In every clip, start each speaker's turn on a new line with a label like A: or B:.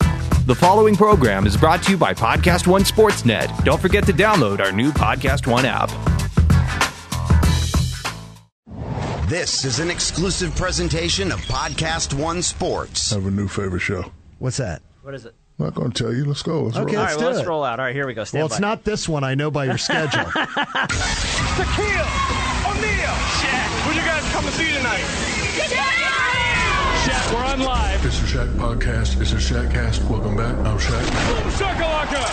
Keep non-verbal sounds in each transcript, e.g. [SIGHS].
A: The following program is brought to you by Podcast One Sportsnet. Don't forget to download our new Podcast One app.
B: This is an exclusive presentation of Podcast One Sports.
C: have a new favorite show.
D: What's that?
E: What is it?
C: I'm not going to tell you. Let's go. Let's
D: Okay,
C: roll.
E: All
D: Let's do
E: right, well,
D: it.
E: let's roll out. All right, here we go. Stand
D: well, it's
E: by.
D: not this one. I know by your schedule.
F: Shaquille O'Neal. Shaq, who you guys come to see tonight? Shaq, we're on live.
C: It's the Shaq Podcast. It's the Shaq Cast. Welcome back. I'm Shaq.
F: Boom shakalaka.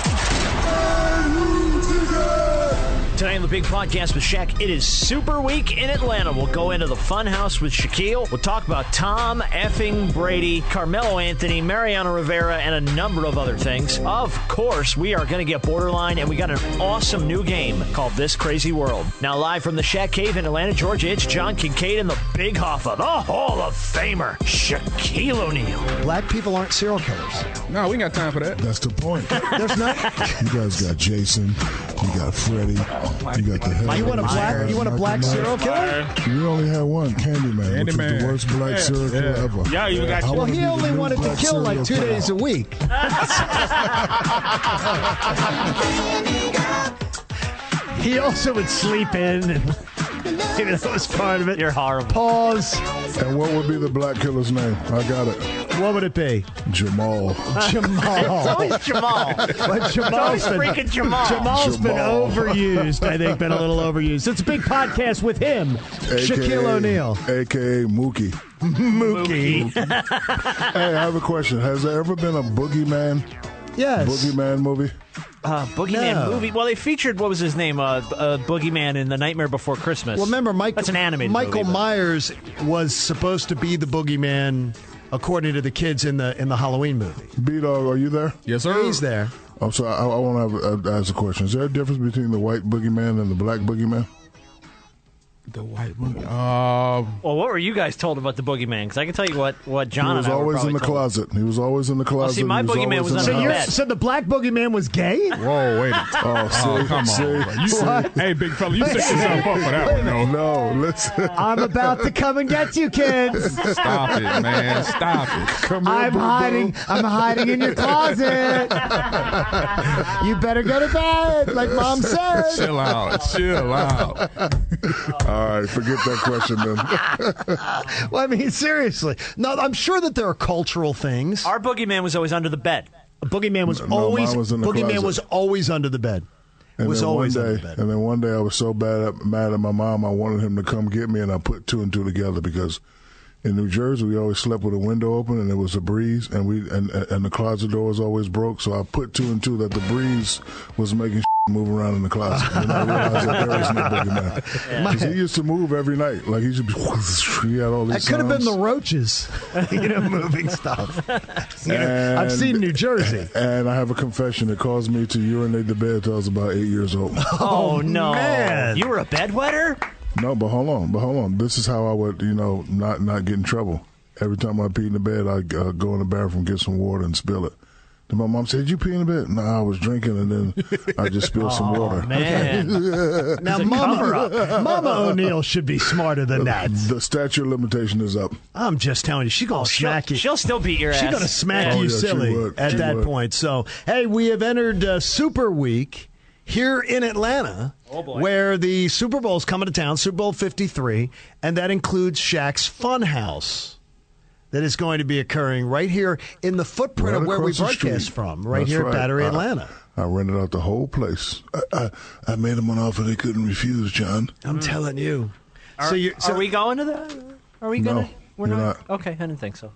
E: Tonight on the Big Podcast with Shaq, it is Super Week in Atlanta. We'll go into the Funhouse with Shaquille. We'll talk about Tom effing Brady, Carmelo Anthony, Mariano Rivera, and a number of other things. Of course, we are going to get borderline, and we got an awesome new game called This Crazy World. Now, live from the Shaq Cave in Atlanta, Georgia, it's John Kincaid and the Big Hoffa, the Hall of Famer, Shaquille O'Neal.
D: Black people aren't serial killers.
G: No, we ain't got time for that.
C: That's the [LAUGHS] point.
D: There's not.
C: you guys got Jason. You got Freddie. You got the head.
D: You want a black? You want a black serial killer?
C: You only had one, Candyman, which is
G: Candyman.
C: the worst black
G: Yeah,
C: serial killer
G: yeah.
C: ever.
G: Yeah, you got-
C: I
D: Well,
G: Well,
C: wanna be
D: he
C: the
D: only
C: new
D: wanted to
C: black
D: kill
C: serial
D: like two
C: killer.
D: days a week. he also would sleep in, and maybe that was part of it.
E: You're horrible.
D: Pause.
C: And what would be the black killer's name? I got it.
D: What would it be?
C: Jamal. [LAUGHS]
D: Jamal.
E: It's Jamal. [LAUGHS]
D: But Jamal's been,
E: freaking Jamal.
D: Jamal's been
C: Jamal.
D: overused. I think been a little overused. It's a big podcast with him, Shaquille O'Neal.
C: AKA Mookie.
D: Mookie.
C: Hey, I have a question. Has there ever been a Boogeyman,
D: Yes.
C: Boogeyman movie?
E: Uh, Boogeyman
D: No.
E: movie. Well, they featured what was his name? Uh, uh, Boogeyman in the Nightmare Before Christmas.
D: Well, remember, Mike,
E: That's an animated
D: Michael
E: movie, but-
D: Myers was supposed to be the boogeyman, according to the kids in the in the Halloween movie.
C: B Dog, are you there?
G: Yes, sir.
D: He's there.
C: I'm sorry, I, I want to have, uh, ask a question. Is there a difference between the white boogeyman and the black boogeyman?
G: The white one. Um,
E: Well, what were you guys told about the Boogeyman? Because I can tell you what what John
C: he was
E: and I were
C: always in
E: probably
C: the
E: told. Oh,
C: closet. He was always in the closet.
E: see, my
C: He
E: boogeyman
C: always
E: was
C: in the
D: So,
E: under the
D: you're,
E: bed.
D: so the black boogeyman was gay?
G: whoa, wait. a-
C: Oh, see,
G: Oh, come
C: see,
G: on. bro. You
C: see.
G: said- hey, big fella, you set yourself up for that
C: [LAUGHS]
G: one, though.
C: No, listen.
D: I'm about to come and get you, kids.
G: Stop it, man. Stop it.
C: Come on,
D: I'm
C: boo-boo.
D: hiding. I'm hiding in your closet. You better go to bed, like mom said.
G: Chill out. Chill out.
C: All right, forget that question, man.
D: Well, I mean, seriously. No, I'm sure that there are cultural things.
E: Our Boogeyman was always under the bed.
D: A boogeyman was
C: No, mine
D: always
C: was in the
D: boogeyman
C: closet.
D: was always under the bed.
C: And
D: was
C: then one
D: always under
C: day,
D: the bed.
C: and then one day I was so bad at, mad at my mom, I wanted him to come get me, and I put two and two together because in New Jersey we always slept with a window open, and there was a breeze, and we and and the closet door was always broke, so I put two and two that the breeze was making. [LAUGHS] Move around in the closet. And then I realized that there is no boogeyman. 'Cause He used to move every night. Like he used to be. [LAUGHS] He had all
D: That
C: these.
D: could have been the
C: sounds.
D: [LAUGHS] roaches, you know, moving stuff. You know, I've
C: And-
D: seen New Jersey.
C: And I have a confession. It caused me to urinate the bed till I was about eight years
D: [LAUGHS]
C: old.
E: Oh, no!
D: man.
E: You were a bedwetter.
C: no, but hold on, but hold on. This is how I would, you know, not not get in trouble. Every time I pee in the bed, I uh, go in the bathroom, get some water, and spill it. Then my mom said, "You pee in the bed?" No, I was drinking, and then I just spilled some water.
E: Oh, Man,
D: Now, Mama, [LAUGHS] Mama O'Neill should be
C: [LAUGHS]
D: smarter than that.
C: [LAUGHS] The statute of limitation is up.
D: I'm just telling you, she's gonna [LAUGHS] smack
E: she'll,
D: you.
E: she'll still beat your ass.
D: She's gonna smack
C: Yeah.
D: you
C: Oh, yeah, she
D: silly
C: would.
D: at
C: She
D: that
C: would.
D: point. So, hey, we have entered uh, Super Week here in Atlanta,
E: Oh,
D: where the Super Bowl's coming to town, Super Bowl 53, and that includes Shaq's Funhouse. That is going to be occurring right here in the footprint
C: Right
D: of where we
C: across the
D: broadcast
C: street.
D: from, right
C: That's Uh,
D: here at Battery
C: I-
D: Atlanta.
C: I rented out the whole place. I, I, I made them an offer they couldn't refuse, John.
D: I'm telling you. so you, so
E: Hmm. Are we going to the? Are we
C: No,
E: gonna? We're
C: you're
E: not.
C: not.
E: Okay, I
D: [LAUGHS]
E: didn't think so.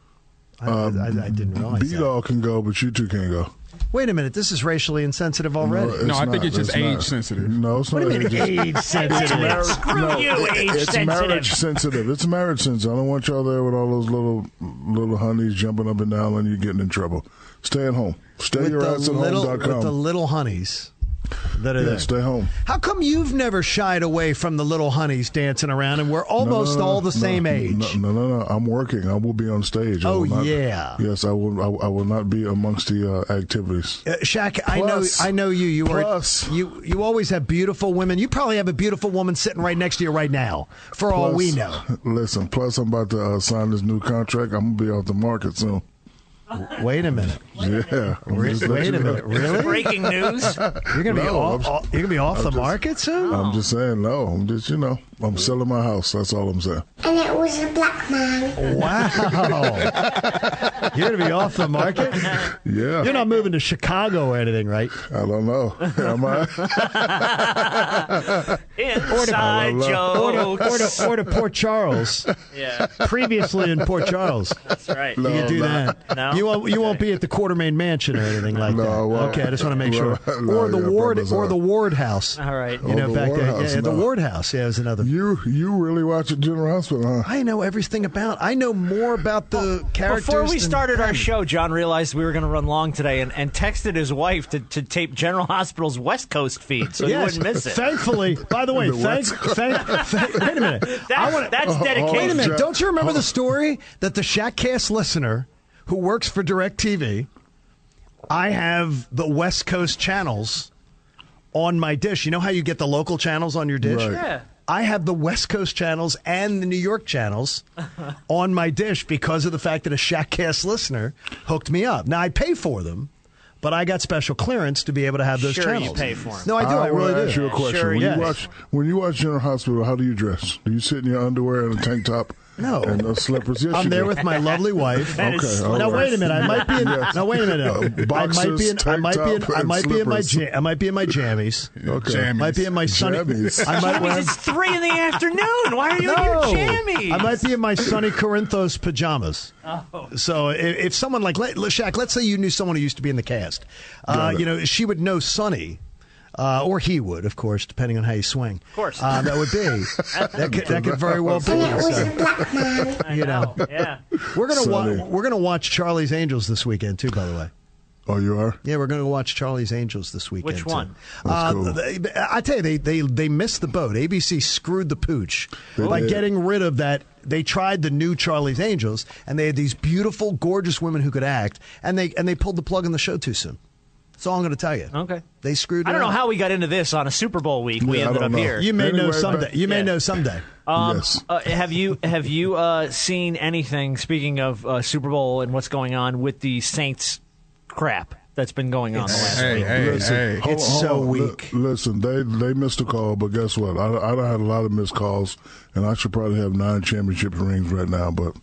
D: I, I, I didn't realize
C: B
D: that.
C: Dog can go, but you two can't go.
D: Wait a minute, this is racially insensitive
C: No,
D: already.
C: [LAUGHS] it's
G: No, I think
C: not.
G: it's just age sensitive.
C: No, it's
D: what
C: not
D: do you mean
C: age sensitive.
D: age sensitive?
E: Screw you,
C: it-
E: age
C: it's
E: sensitive.
C: marriage sensitive. It's marriage sensitive. I don't want y'all there with all those little little honeys jumping up and down and you getting in trouble. Stay at home. Stay
D: with
C: your
D: the,
C: ass at
D: little,
C: home.
D: with the little honeys that are
C: Yeah,
D: there.
C: stay home.
D: How come you've never shied away from the little honeys dancing around and we're almost all the
C: No,
D: same
C: no,
D: age?
C: No, no, no, no. I'm working. I will be on stage. I
D: Oh,
C: will not-
D: yeah.
C: Yes, I will. I, I will not be amongst the uh, activities.
D: Uh, Shaq, I know,
C: Plus-
D: I know you. You
C: plus-
D: are you. You always have beautiful women. You probably have a beautiful woman sitting right next to you right now. For all we
C: Plus- [LAUGHS]
D: know,
C: Listen. Plus, I'm about to uh, sign this new contract. I'm gonna be off the market soon.
D: Wait
C: [LAUGHS]
D: a minute.
C: Yeah. I'm
D: Wait,
C: just letting you
D: wait a
C: know.
D: minute. Really?
E: Breaking news.
D: You're gonna be
C: No,
D: off.
C: I'm-
D: off- you're gonna be off the
C: just-
D: market soon.
C: I'm just saying, no. I'm just, you know, I'm selling my house. That's all I'm saying.
H: And it was a black man.
D: Wow. you're gonna be off the market.
C: [LAUGHS] Yeah.
D: You're not moving to Chicago or anything, right?
C: I don't know.
D: [LAUGHS]
C: Am I?
E: Inside joke.
D: Or to, or to Port Charles.
E: Yeah,
D: Previously in Port Charles.
E: that's right.
C: No,
D: You can do
C: no.
D: that.
E: No?
D: You won't. You won't be at the Quartermain Mansion or anything like
C: No,
D: that.
C: I won't.
D: Okay, I just want to make sure.
C: Well, [LAUGHS] no,
D: or the
C: yeah,
D: Ward,
C: brothers
D: or
C: are-
D: the Ward House.
E: All right.
D: You know,
C: the
D: back
C: Ward
D: there,
C: House,
D: yeah, the
C: no.
D: Ward House. Yeah, is another.
C: You you really watch at General Hospital, huh?
D: I know everything about. I know more about the characters.
E: Before we
D: than-
E: started our show, John realized we were going to run long today and, and texted his wife to, to tape General Hospital's West Coast feed so
D: Yes.
E: he wouldn't miss it.
D: Thankfully, by the
C: [LAUGHS]
D: way,
C: The
D: thank,
C: what?
D: thank, thank- Wait a minute.
E: That's, that's dedication.
D: Wait a
C: Oh,
D: minute.
C: Jack-
D: Don't you remember the story that the Shackcast listener who works for DirecTV, I have the West Coast channels on my dish. You know how you get the local channels on your dish?
C: Right.
E: Yeah.
D: I have the West Coast channels and the New York
E: [LAUGHS]
D: channels on my dish because of the fact that a Shackcast listener hooked me up. Now I pay for them, but I got special clearance to be able to have those
E: Sure you
D: channels.
E: pay for 'em.
D: No, I do. I,
C: wanna
D: really do.
C: ask you a question.
E: Sure,
C: when
D: yes.
C: you watch when you watch General Hospital, how do you dress? Do you sit in your underwear and a tank top?
D: No.
C: and uh, slippers. Yes,
D: I'm
C: you
D: there
C: do.
D: with
C: [LAUGHS]
D: my lovely wife.
E: And it's
C: Okay, all
D: Now
C: right.
D: wait a minute. I might be in. Now wait a minute. I might be in.
C: Boxers,
D: I might be
C: Uh,
D: in.
C: tank top,
D: I might be in my.
C: and
D: Ja- I might be in my jammies.
C: Okay.
G: Jammies.
D: Might be in my sunny.
C: Jammies.
D: I might wear.
E: It's three
D: [LAUGHS]
E: in the afternoon. Why are you
D: No,
E: in your jammies? Oh.
D: I might be in my sunny Corinthos pajamas. So i- if, if someone like let, let- Shaq, let's say you knew someone who used to be in the cast, uh,
C: Got it.
D: you know, she would know Sonny. Uh, or he would, of course, depending on how you swing. Of
E: course.
D: uh, that
E: [LAUGHS]
D: would be that could, that could very well be.
H: And it was
D: So,
H: a black man.
E: I
D: you know,
E: Yeah.
D: we're gonna
C: Sonny.
D: wa- we're gonna watch Charlie's Angels this weekend too. By the way,
C: Oh, you are.
D: yeah, we're going to watch Charlie's Angels this weekend.
E: Which
D: too.
E: one?
D: Uh,
C: That's cool.
D: they- I tell you, they, they they missed the boat. ABC screwed the pooch by
C: did.
D: getting rid of that. They tried the new Charlie's Angels, and they had these beautiful, gorgeous women who could act, and they and they pulled the plug on the show too soon. That's all I'm going to tell you.
E: Okay.
D: They screwed.
E: I don't
D: it
E: know
D: up.
E: how we got into this on a Super Bowl week. we
C: Yeah, I
E: ended
C: don't
E: up
C: know.
E: here.
D: You may know
C: Anyway,
D: someday.
C: but-
D: You may
E: Yeah.
D: know someday. Um,
C: yes.
E: Uh, have you have you uh, seen anything? Speaking of uh, Super Bowl and what's going on with the Saints crap that's been going on the last
G: Hey,
E: week.
G: hey,
C: Listen,
G: hey.
C: hold
D: It's
C: on,
D: so
C: hold on. Li-
D: weak.
C: listen, they they missed a call, but guess what? I I done had a lot of missed calls, and I should probably have nine championship rings right now. But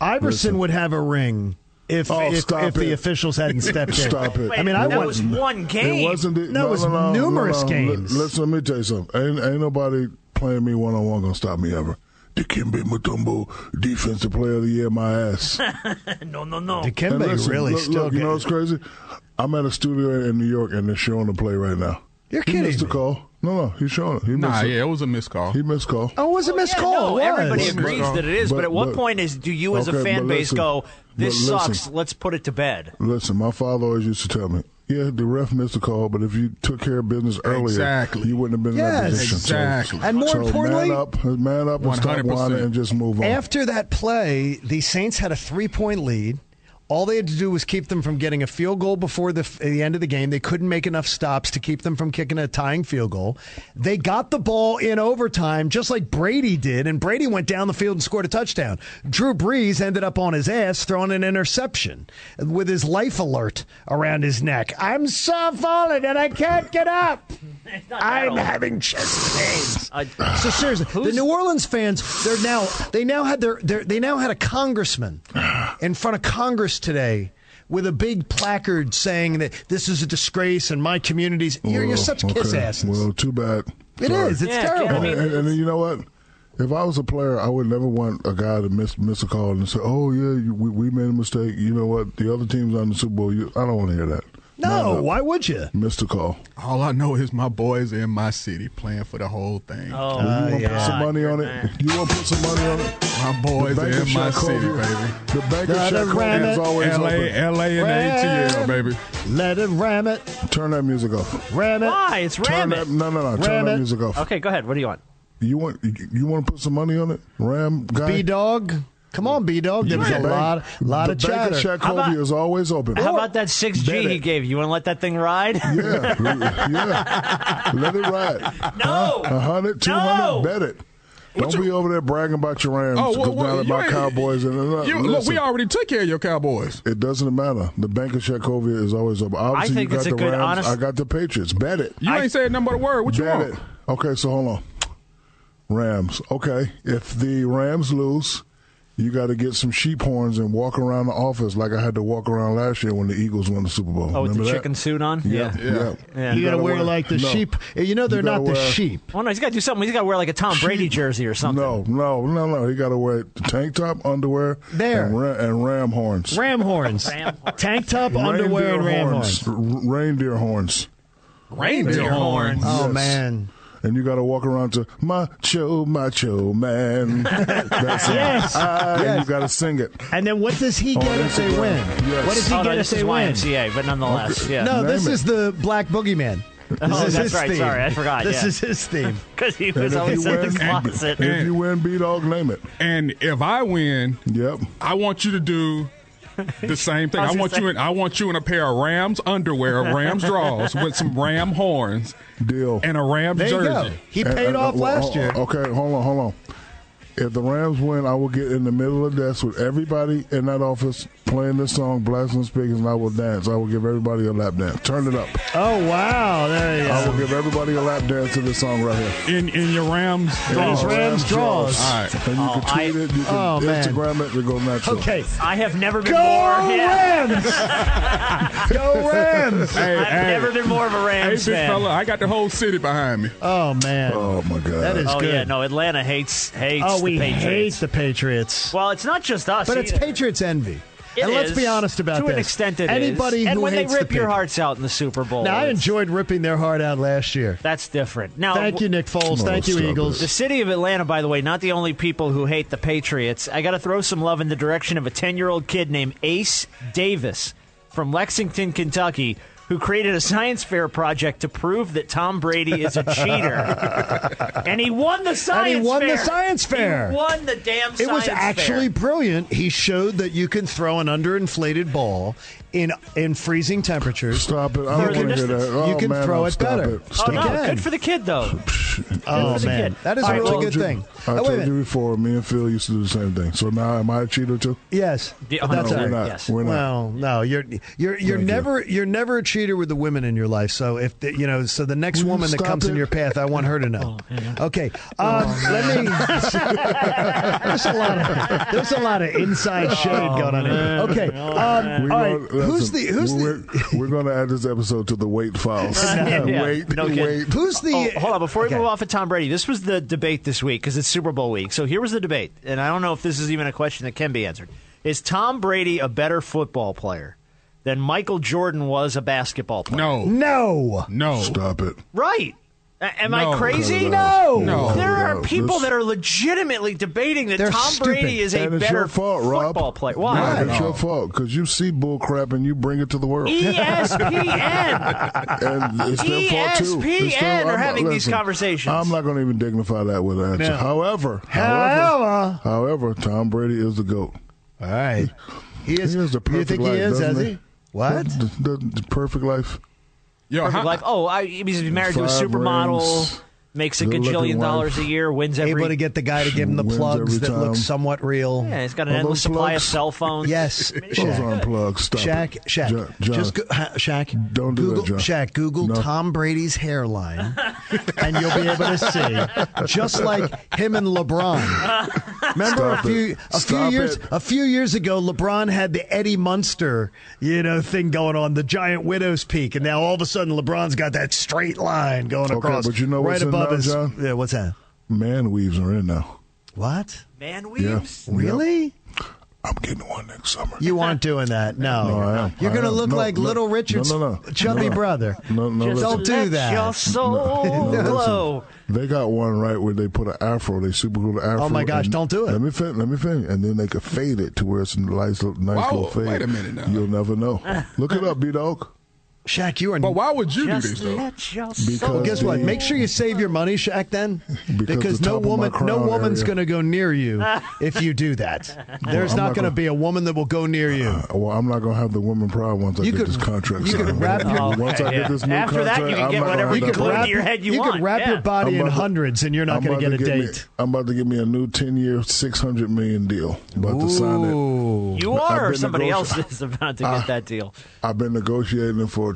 D: Iverson
C: Listen.
D: would have a ring if
C: Oh,
D: if,
C: stop
D: if the
C: it.
D: officials hadn't stepped in.
C: [LAUGHS] Stop it.
D: I mean, I
E: that
D: want
E: was one game.
C: It wasn't. The,
D: No, it was numerous games.
C: Li- Listen, let me tell you something. Ain't, ain't nobody playing me one on one gonna stop me ever. Dikembe Mutombo, defensive player of the year, my
D: [LAUGHS]
C: ass.
E: [LAUGHS] no, no, no.
C: And
D: Dikembe
C: listen,
D: really
C: look,
D: still
C: look, you know
D: getting-
C: what's crazy? I'm at a studio in New York, and they're showing the play right now.
D: You're
C: he
D: kidding
C: Missed
D: me.
C: a call. No, no, he's showing it. He
G: Nah,
C: missed it.
G: yeah, it was a missed call.
C: He missed call.
D: Oh, it was a
E: Yeah,
D: missed call.
E: no,
D: It was.
E: everybody
C: But-
E: agrees
C: but-
E: that it is. But,
C: but-
E: at what
C: but-
E: point is do you as a
C: okay,
E: fan
C: but
E: base
C: listen,
E: go, "This
C: but listen.
E: sucks. Let's put it to bed."
C: Listen, my father always used to tell me, yeah, the ref missed the call, but if you took care of business earlier,
G: Exactly.
C: you wouldn't have been in that
D: Yes.
C: position. So-
G: Exactly.
D: And more
C: so
D: importantly-
C: man up, man up and stop
G: 100%.
C: whining and just move on.
D: After that play, the Saints had a three point lead. All they had to do was keep them from getting a field goal before the, the end of the game. They couldn't make enough stops to keep them from kicking a tying field goal. They got the ball in overtime, just like Brady did, and Brady went down the field and scored a touchdown. Drew Brees ended up on his ass throwing an interception with his life alert around his neck. I'm so falling and I can't get up. I'm having chest pains.
C: [SIGHS]
E: I-
D: So seriously, the New Orleans fans, they're now they now had their, their they now had a [SIGHS] congressman in front of Congress today with a big placard saying that this is a disgrace and my communities. You're, you're
C: Well,
D: such
C: okay.
D: kiss asses.
C: Well, too bad.
D: it
C: Sorry.
D: is. It's
E: Yeah,
D: terrible.
E: I mean-
C: and, and, and you know what? If I was a player, I would never want a guy to miss miss a call and say, "Oh yeah, you, we, we made a mistake." You know what? The other team's on the Super Bowl. You, I don't want to hear that.
D: no, why would you?
C: missed a call.
G: All I know is my boys are in my city playing for the whole thing.
E: oh,
C: you want to put some
E: God,
C: money on it? You want to put some money on it?
G: My boys are
C: Bank of
G: in my
C: Shakola.
G: city, baby.
C: The Bank of
D: Not a
C: Shakola is
D: rabbit.
C: always open.
G: LA, LA, and the ATL, baby.
D: Let it ram it,
C: Turn that music off.
D: ram it.
E: Why?
C: [LAUGHS]
E: It's
C: Turn
E: ram
C: that,
E: it.
C: no, no, no.
D: Ram
C: turn
D: it.
C: that music off.
E: Okay, go ahead. What do you want?
C: You want you, you want to put some money on it, Ram guy.
D: B dog, come on, B dog. There was a
C: The
D: lot,
C: bank-
D: lot
C: the
D: of
C: Bank
D: chatter.
C: of Shakola
E: How about-
C: is always open.
E: How about that six
C: Bet
E: G he
C: it.
E: gave you? You want to let that thing ride?
C: [LAUGHS] Yeah, yeah. Let it ride.
E: No.
C: A hundred, two
E: [LAUGHS] No.
C: hundred, bet it. Don't be over there bragging about your Rams
G: Oh, what,
C: because now
G: what,
C: that my
G: ain't-
C: Cowboys and and-
G: you-
C: listen,
G: look, we already took care of your Cowboys.
C: It doesn't matter. The Bank of Shakovia is always up. Obviously,
E: think
C: you got
E: it's a
C: the
E: good,
C: Rams.
E: honest-
C: I got the Patriots. Bet it.
G: You ain't said nothing but a word. What you
C: Bet
G: want?
C: it. Okay, so hold on. Rams. Okay, if the Rams lose, you got to get some sheep horns and walk around the office like I had to walk around last year when the Eagles won the Super Bowl.
E: Oh, with
C: Remember
E: the
C: that?
E: chicken suit on?
C: Yeah,
E: Yeah.
C: yeah.
E: Yeah.
D: You, gotta,
C: gotta
D: wear, like the
C: no.
D: sheep. You know they're
C: gotta
D: not the
C: wear-
D: [LAUGHS] sheep.
E: Well, no, he's got to do something. He's got to wear like a Tom Brady jersey or something.
C: No, no, no, no. He got to wear the tank top, underwear,
D: There.
C: and, ra- and ram horns.
D: Ram horns,
E: Ram horns.
D: tank top, underwear, and ram horns.
C: R- reindeer horns.
G: Reindeer horns.
D: Oh
C: Yes.
D: man!
C: And you got to walk around to macho, macho
D: [LAUGHS]
C: man. That's
D: Yes.
C: it. Ah, And you got to sing it.
D: And then what does he
C: On
D: get if they
C: Instagram.
D: win?
C: Yes.
D: What does he
E: Oh,
D: get
E: no,
D: if
E: this
D: they
E: is
D: win?
E: YMCA, but nonetheless, yeah.
D: No,
C: Name
D: this
C: it.
D: is the Black Boogeyman. This
E: Oh,
D: is
E: that's
D: his
E: right.
D: theme.
E: Sorry, I forgot,
D: This
E: yeah.
D: is his
E: [LAUGHS]
D: theme.
E: because he
C: And
E: was
C: if,
E: always
C: you
E: in
C: win,
E: the closet.
C: if you win, B Dog, name it.
G: And if I win,
C: Yep.
G: I want you to do [LAUGHS] the same thing.
E: I
G: I,
E: was gonna
G: want
E: say-
G: you in I want you in a pair of Rams underwear, Rams draws with some Ram [LAUGHS] horns
C: Deal.
G: and a Ram
D: There you
G: jersey.
D: go. He
E: Uh,
C: And-
D: paid
C: and-
D: off
C: well,
D: last
C: oh,
D: year.
C: Okay, hold on, hold on. If the Rams win, I will get in the middle of the desk with everybody in that office playing this song, blasting speakers, and I will dance. I will give everybody a lap dance. Turn it up.
D: Oh wow! There you
C: I
D: go.
C: will give everybody a lap dance to this song right here.
G: In in your Rams draws.
D: These Rams draws.
G: All right.
C: And you
E: Oh,
C: can tweet
E: I-
C: it, you can
D: Oh, man.
C: Instagram it, it go natural.
E: [LAUGHS]
D: Okay.
E: I have never been
D: Go
E: Oh. more. Yeah,
D: Rams!
E: [LAUGHS]
D: Go Rams!
G: Hey,
E: I've
G: hey,
E: never been more of a
G: hey, big
E: Rams fan.
G: fella, I got the whole city behind me.
D: Oh man!
C: Oh my God.
D: That is-
E: Oh
D: good.
E: yeah, no, Atlanta hates hates
D: oh,
E: the
D: we hate
E: Patriots.
D: the Patriots.
E: well, it's not just us,
D: But it's
E: either.
D: Patriots envy.
E: It
D: and let's
E: is.
D: be honest about
E: to
D: this.
E: an extent. it is.
D: Anybody who
E: and when
D: hates
E: they
D: the
E: rip your
D: Patriots-
E: hearts out in the Super Bowl,
D: Now, I
E: it's-
D: enjoyed ripping their heart out last year.
E: That's different. Now,
D: Thank you, Nick Foles.
C: Oh,
D: Thank you,
C: stop
D: Eagles.
E: The city of Atlanta, by the way, not the only people who hate the Patriots. I got to throw some love in the direction of a 10 year old kid named Ace Davis from Lexington, Kentucky, who created a science fair project to prove that Tom Brady is a
D: [LAUGHS]
E: cheater. and he won the science fair.
D: won the science fair.
E: He won the damn science
D: It was actually
E: fair.
D: brilliant. He showed that you can throw an underinflated ball in in freezing temperatures.
C: Stop it. I don't
E: Further
C: want to hear
E: distance.
C: that. Oh,
D: You can
C: man,
D: throw
C: no,
D: it
C: stop
D: better.
C: It.
D: Oh,
E: Oh,
C: Stop
E: no,
C: it.
D: Again.
E: good for the kid, though.
D: Oh
E: That's a
D: man,
E: kid.
D: that is
E: All
D: a
E: right,
D: really
E: well,
D: good thing.
C: I
D: Oh, wait a
C: told
D: minute.
C: you before, me and Phil used to do the same thing. So now, am I a cheater too?
D: Yes,
E: The-
D: but that's
E: No,
D: all
E: we're
D: right.
C: not.
E: yes.
C: We're not.
D: Well, no, you're you're you're
C: Thank you.
D: never you. are never a cheater with the women in your life. So if the, you know, so the next
C: Will you
D: woman that
C: stop
D: comes in
C: it? Oh,
D: your path, I want her to know. okay, um,
C: [LAUGHS]
D: let me. there's a lot of there's a lot of inside shade
C: Oh,
D: going on. here. Okay, um,
C: We
D: all right.
C: gonna-
D: Who's the
C: listen,
D: who's
C: we're,
D: the
C: we're going to add this episode to the wait
D: [LAUGHS]
C: files.
E: Yeah, yeah.
C: Wait,
E: No kidding.
C: wait.
D: who's the
E: Oh, hold on, before
D: Okay.
E: we move off of Tom Brady, this was the debate this week because it's Super Bowl week. So here was the debate, and I don't know if this is even a question that can be answered. Is Tom Brady a better football player than Michael Jordan was a basketball player?
G: No.
D: No,
G: No.
C: Stop it.
E: Right. A- am
G: No.
E: I crazy?
D: No.
G: No.
E: There
C: No.
E: are people
C: This-
E: that are legitimately debating that
D: They're
E: Tom Brady
D: stupid.
E: is a
C: and it's
E: better
C: your fault, Rob.
E: football player. Why?
C: It's your fault because you see bull crap and you bring it to the world.
E: E
C: [LAUGHS]
E: ESPN.
C: and it's their fault too.
E: E
C: It's their-
E: ESPN are
C: I'm-
E: having these conversations.
C: I'm not going to even dignify that with an answer.
D: No.
C: However,
D: However.
C: however, however, Tom Brady is the goat.
D: All right. He is.
C: He has the
D: you
C: perfect
D: think
C: life.
D: he is?
C: doesn't
D: Has he? What?
C: The, the- the perfect life.
G: Yo,
E: Perfect
G: how,
E: life. Oh, I, he's married to a
C: Five
E: supermodel,
C: rings,
E: makes a
C: good
E: gajillion
C: looking wife.
E: dollars a year, wins every.
D: Able to get the guy to give him the
C: Wins
D: plugs
C: every
D: that look
C: time.
D: somewhat real.
E: yeah, he's got an
C: All
E: endless
C: those
E: supply of
C: plugs.
E: cell phones.
D: Yes,
C: Those
D: Shaq.
C: aren't plugs. Stop
D: Shaq,
C: it.
D: Shaq,
C: Jo- John,
D: just go, ha, Shaq.
C: Don't do
D: Google,
C: that, John.
D: Shaq, Google
C: No.
D: Tom Brady's hairline, and you'll be able to see, just like him and LeBron. Remember
C: Stop
D: a few
C: it.
D: a
C: Stop
D: few years
C: it.
D: a few years ago, LeBron had the Eddie Munster, you know, thing going on, the giant widow's peak, and now all of a sudden LeBron's got that straight line going
C: Okay,
D: across,
C: but you know
D: right
C: what's in
D: above
C: now,
D: his.
C: John?
D: Yeah, what's that?
C: man weaves are in now.
D: What?
E: Man,
C: Yeah.
E: Weems.
D: Really?
C: I'm getting one next summer.
D: You aren't doing that. No,
C: No, I am.
D: you're
C: I
D: going to
C: am.
D: look
C: No,
D: like
C: no,
D: Little Richard's
C: no, no, no.
D: chubby
C: No.
D: brother.
C: No, no,
D: Just
C: listen.
D: don't do
E: Let
D: that. [LAUGHS]
E: Your soul
C: No, listen.
E: glow.
C: They got one right where they put an afro, they super glue the afro.
D: Oh my gosh,
C: and-
D: don't do it.
C: Let me finish. Let me finish, and then they could fade it to where it's a nice, little- nice
G: Wow,
C: little fade.
D: [LAUGHS]
G: wait a minute now.
C: You'll never know. Look it up, B dog.
D: Shaq, you are.
G: But why would you do this though?
E: let your
D: Well, guess what?
C: the-
D: Make sure you save your money, Shaq. Then,
C: Because
D: because
C: the
D: no
C: top of my
D: woman, no
C: crown
D: woman's
C: area-
D: going to go near
E: [LAUGHS]
D: you if you do that. There's
C: I'm not
D: not going to
C: gonna- Uh,
D: be a woman that will go near you.
C: Well, I'm not gonna have the woman problem once I
D: You
C: get
D: could-
C: this contract
D: you could
C: signed.
D: wrap your-
C: once I
E: Oh, yeah.
C: get this new
E: After that,
C: contract,
E: you can
C: I'm
E: get
C: not gonna
E: whatever
C: have
E: you
C: that
E: can glue
C: problem.
E: to your head you want.
D: could wrap
E: Yeah.
D: your body
C: I'm
D: in
C: about to-
D: hundreds, and you're not
C: I'm
D: going
C: about
D: to get a
C: to get me-
D: date.
C: I'm about to get me a new ten year, six hundred million deal. About to sign it.
E: You
C: I've
E: are, or
C: been
E: somebody else
C: negotiating-
E: is about to
D: Ah.
E: get that deal.
C: I've been negotiating it for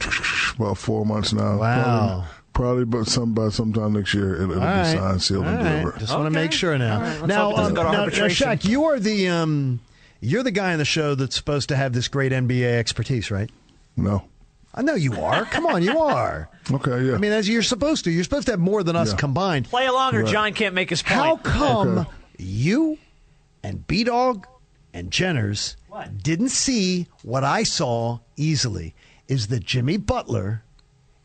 C: about four months now.
D: Wow.
C: Probably, probably but some by sometime next year it'll, it'll
D: All
C: be
D: right.
C: signed, sealed,
D: All
C: and
D: right.
C: delivered.
D: Just want
E: Okay.
D: to make sure now.
E: All right. Let's
D: Now, uh,
E: hope it doesn't go to
D: now, now,
E: arbitration.
D: Shaq, you are the um, you're the guy on the show that's supposed to have this great NBA expertise, right?
C: No.
D: I know you are. Come on,
C: [LAUGHS]
D: you are.
C: Okay. Yeah.
D: I mean, as you're supposed to. You're supposed to have more than us
C: Yeah.
D: combined.
E: Play along, or John can't make his point.
D: How come
C: Okay.
D: you and B Dog and Jenners
E: What?
D: didn't see what I saw easily? Is that Jimmy Butler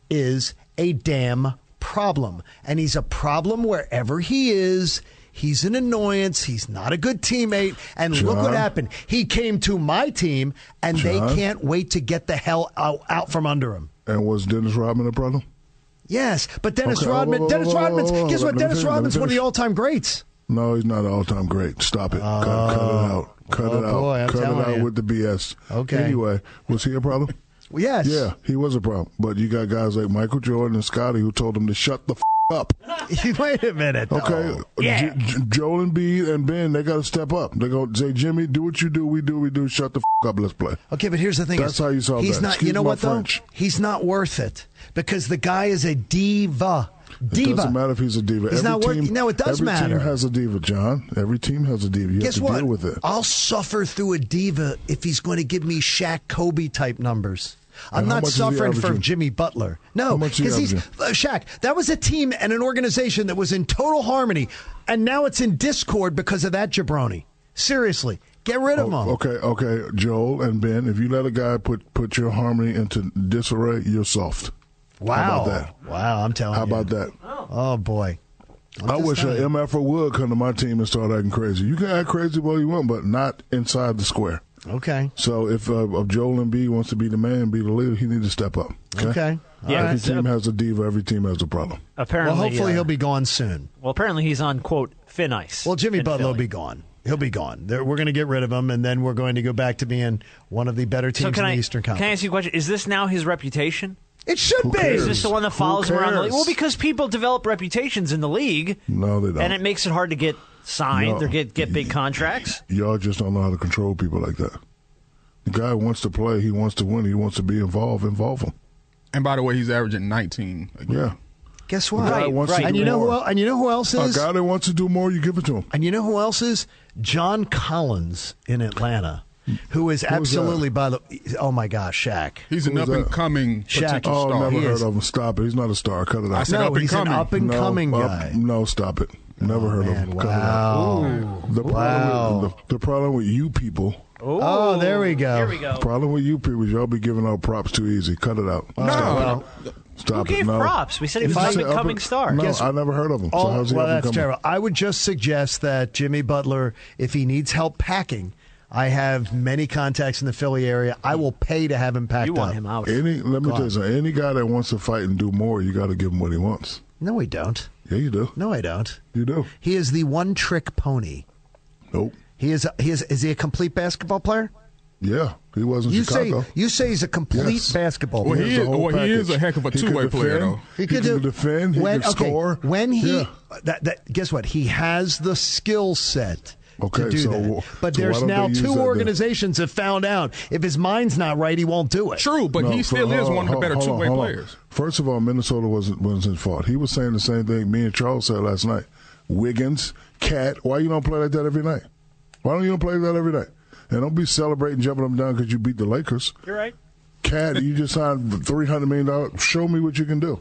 D: is a damn problem. And he's a problem wherever he is. He's an annoyance. He's not a good teammate. And look what
C: John?
D: happened. He came to my team, and they
C: John?
D: can't wait to get the hell out, out from under him.
C: and was Dennis Rodman a problem?
D: Yes, but Dennis
C: Okay,
D: Rodman.
C: whoa, whoa,
D: Dennis
C: whoa, whoa,
D: Rodman's.
C: whoa, whoa,
D: guess
C: let
D: what?
C: me
D: Dennis
C: finish, let me
D: Rodman's one of the
C: finish.
D: all-time greats.
C: No, he's not an all-time great. Stop it. cut, cut it out. Cut
D: Oh,
C: it out.
D: boy, I'm
C: cut
D: telling
C: it out
D: you.
C: with the BS.
D: Okay.
C: Anyway, was he a problem?
D: [LAUGHS] Yes.
C: Yeah, he was a problem. But you got guys like Michael Jordan and Scotty who told him to shut the f- up.
D: [LAUGHS] Wait a minute. though.
C: Okay.
E: Yeah.
C: J- J- Joel and B and Ben, they got to step up. They go say, Jimmy, do what you do. We do. We do. Shut the f- up. Let's play.
D: Okay, but here's the thing.
C: That's
D: is,
C: how you solve
D: he's
C: that.
D: Not,
C: Excuse
D: you know
C: my
D: what though?
C: French.
D: He's not worth it because the guy is a diva. Diva.
C: It doesn't matter if he's a diva.
D: He's
C: every
D: not worth-
C: team,
D: no, it does
C: every
D: matter.
C: team has a diva, John. Every team has a diva. You
D: Guess
C: have to
D: what?
C: deal with it.
D: I'll suffer through a diva if he's going to give me Shaq Kobe type numbers. I'm
C: And how
D: not
C: much is he
D: suffering for
C: averaging?
D: Jimmy Butler. No,
C: How much is he
D: because he's uh, Shaq. That was a team and an organization that was in total harmony, and now it's in discord because of that jabroni. Seriously, get rid of him.
C: Okay, okay, Joel and Ben, if you let a guy put put your harmony into disarray, you're soft.
D: Wow.
C: How about that?
D: Wow, I'm telling
C: How
D: you.
C: about that?
D: Oh boy. I'm
C: I
D: just
C: wish uh,
D: telling
C: an
D: you.
C: MFR would come to my team and start acting crazy. You can act crazy all you want, but not inside the square.
D: Okay.
C: So if, uh, if Joel and B wants to be the man, be the leader, he needs to step up. Okay.
D: Okay.
E: Yeah,
C: Every
E: it's, uh,
C: team has a diva. Every team has a problem.
E: Apparently,
D: Ah, Well, hopefully
E: uh,
D: he'll be gone soon.
E: Well, apparently he's on quote thin ice.
D: Well, Jimmy
E: in
D: Butler will
E: Philly.
D: be gone. He'll be gone. There- we're going to get rid of him, and then we're going to go back to being one of the better
E: So
D: teams
E: can
D: in
E: I
D: the Eastern
E: can I
D: Conference.
E: ask you a question? Is this now his reputation?
D: it should be.
E: Is this the one that
C: Who
E: follows him around the
C: cares?
E: league? Well, because people develop reputations in the league,
C: No, they don't.
E: and it makes it hard to get signed
C: No.
E: or get get big contracts.
C: Y'all just don't know how to control people like that. The guy wants to play. He wants to win. He wants to be involved. Involve him.
G: And by the way, he's averaging 19. Again.
C: Yeah.
D: Guess what?
C: A guy that wants to
E: right.
C: do
D: And you know who?
C: more. Oh,
D: el- And you know who else
C: A
D: is?
C: guy that wants to do more, you give it to him.
D: And you know who else is? John Collins in Atlanta, who is absolutely by the. Oh my gosh, Shaq.
G: He's an
C: Who's
G: up and
C: that?
G: coming
D: Shaq.
G: potential
C: Oh,
G: star.
C: never
D: He
C: heard
D: is-
C: of him. Stop it. He's not a star. Cut it out.
G: I said
D: No,
G: up and
D: he's
G: coming.
D: an up and
C: no,
D: coming
C: up-
D: guy.
C: no, stop it. Never heard of
D: Man,
C: him. Cut it out.
D: wow.
C: The problem,
D: Wow.
C: with, the, the problem with you people,
D: Oh, there we go.
E: Here we go.
C: problem with you people, is y'all be giving out props too easy. Cut it out.
G: No,
C: stop
G: no.
C: it. Stop
E: Who
C: it.
E: gave
C: No.
E: props? We said he
C: You
E: was
C: just
E: an
C: said up
E: up-and-coming
C: and-
E: star.
C: No,
D: Guess-
C: I never heard of him.
D: Oh,
C: so how's he
D: well,
C: up and
D: that's
C: coming?
D: terrible. I would just suggest that Jimmy Butler, if he needs help packing, I have many contacts in the Philly area. I will pay to have him packed
E: You want
D: up.
E: him out?
C: Any, let me tell you something. Any guy that wants to fight and do more, you got to give him what he wants.
D: No, we don't.
C: Yeah, you do.
D: No, I don't.
C: You do.
D: He is the one-trick pony.
C: Nope.
D: He is. He is. Is he a complete basketball player?
C: Yeah, he wasn't
D: You
C: Chicago.
D: say. You say he's a complete
C: Yes.
D: basketball
G: Well,
D: player.
G: he
C: has the
G: is-
C: whole
G: well, he is
C: package.
G: a heck of a
C: He could
G: two-way player,
C: defend.
G: though.
C: He could defend. He
D: when,
C: could
D: okay,
C: score.
D: When he
C: Yeah.
D: that, that guess what he has the skill set. to
C: Okay,
D: do
C: so
D: that.
C: wh-
D: But
C: so why
D: there's
C: don't
D: now
C: they use that
D: two
C: then?
D: organizations have found out if his mind's not right, he won't do it.
G: True, but
C: No,
G: he
C: for-
G: still is
C: hold
G: one of the
C: hold-
G: better
C: hold on,
G: two-way
C: hold on.
G: players.
C: First of all, Minnesota wasn't wasn't his fault. He was saying the same thing me and Charles said last night. Wiggins, Cat, why you don't play like that every night? Why don't you don't play like that every night? And don't be celebrating jumping up and down because you beat the Lakers.
E: You're right.
C: Cat, you just signed three hundred million dollars. Show me what you can do.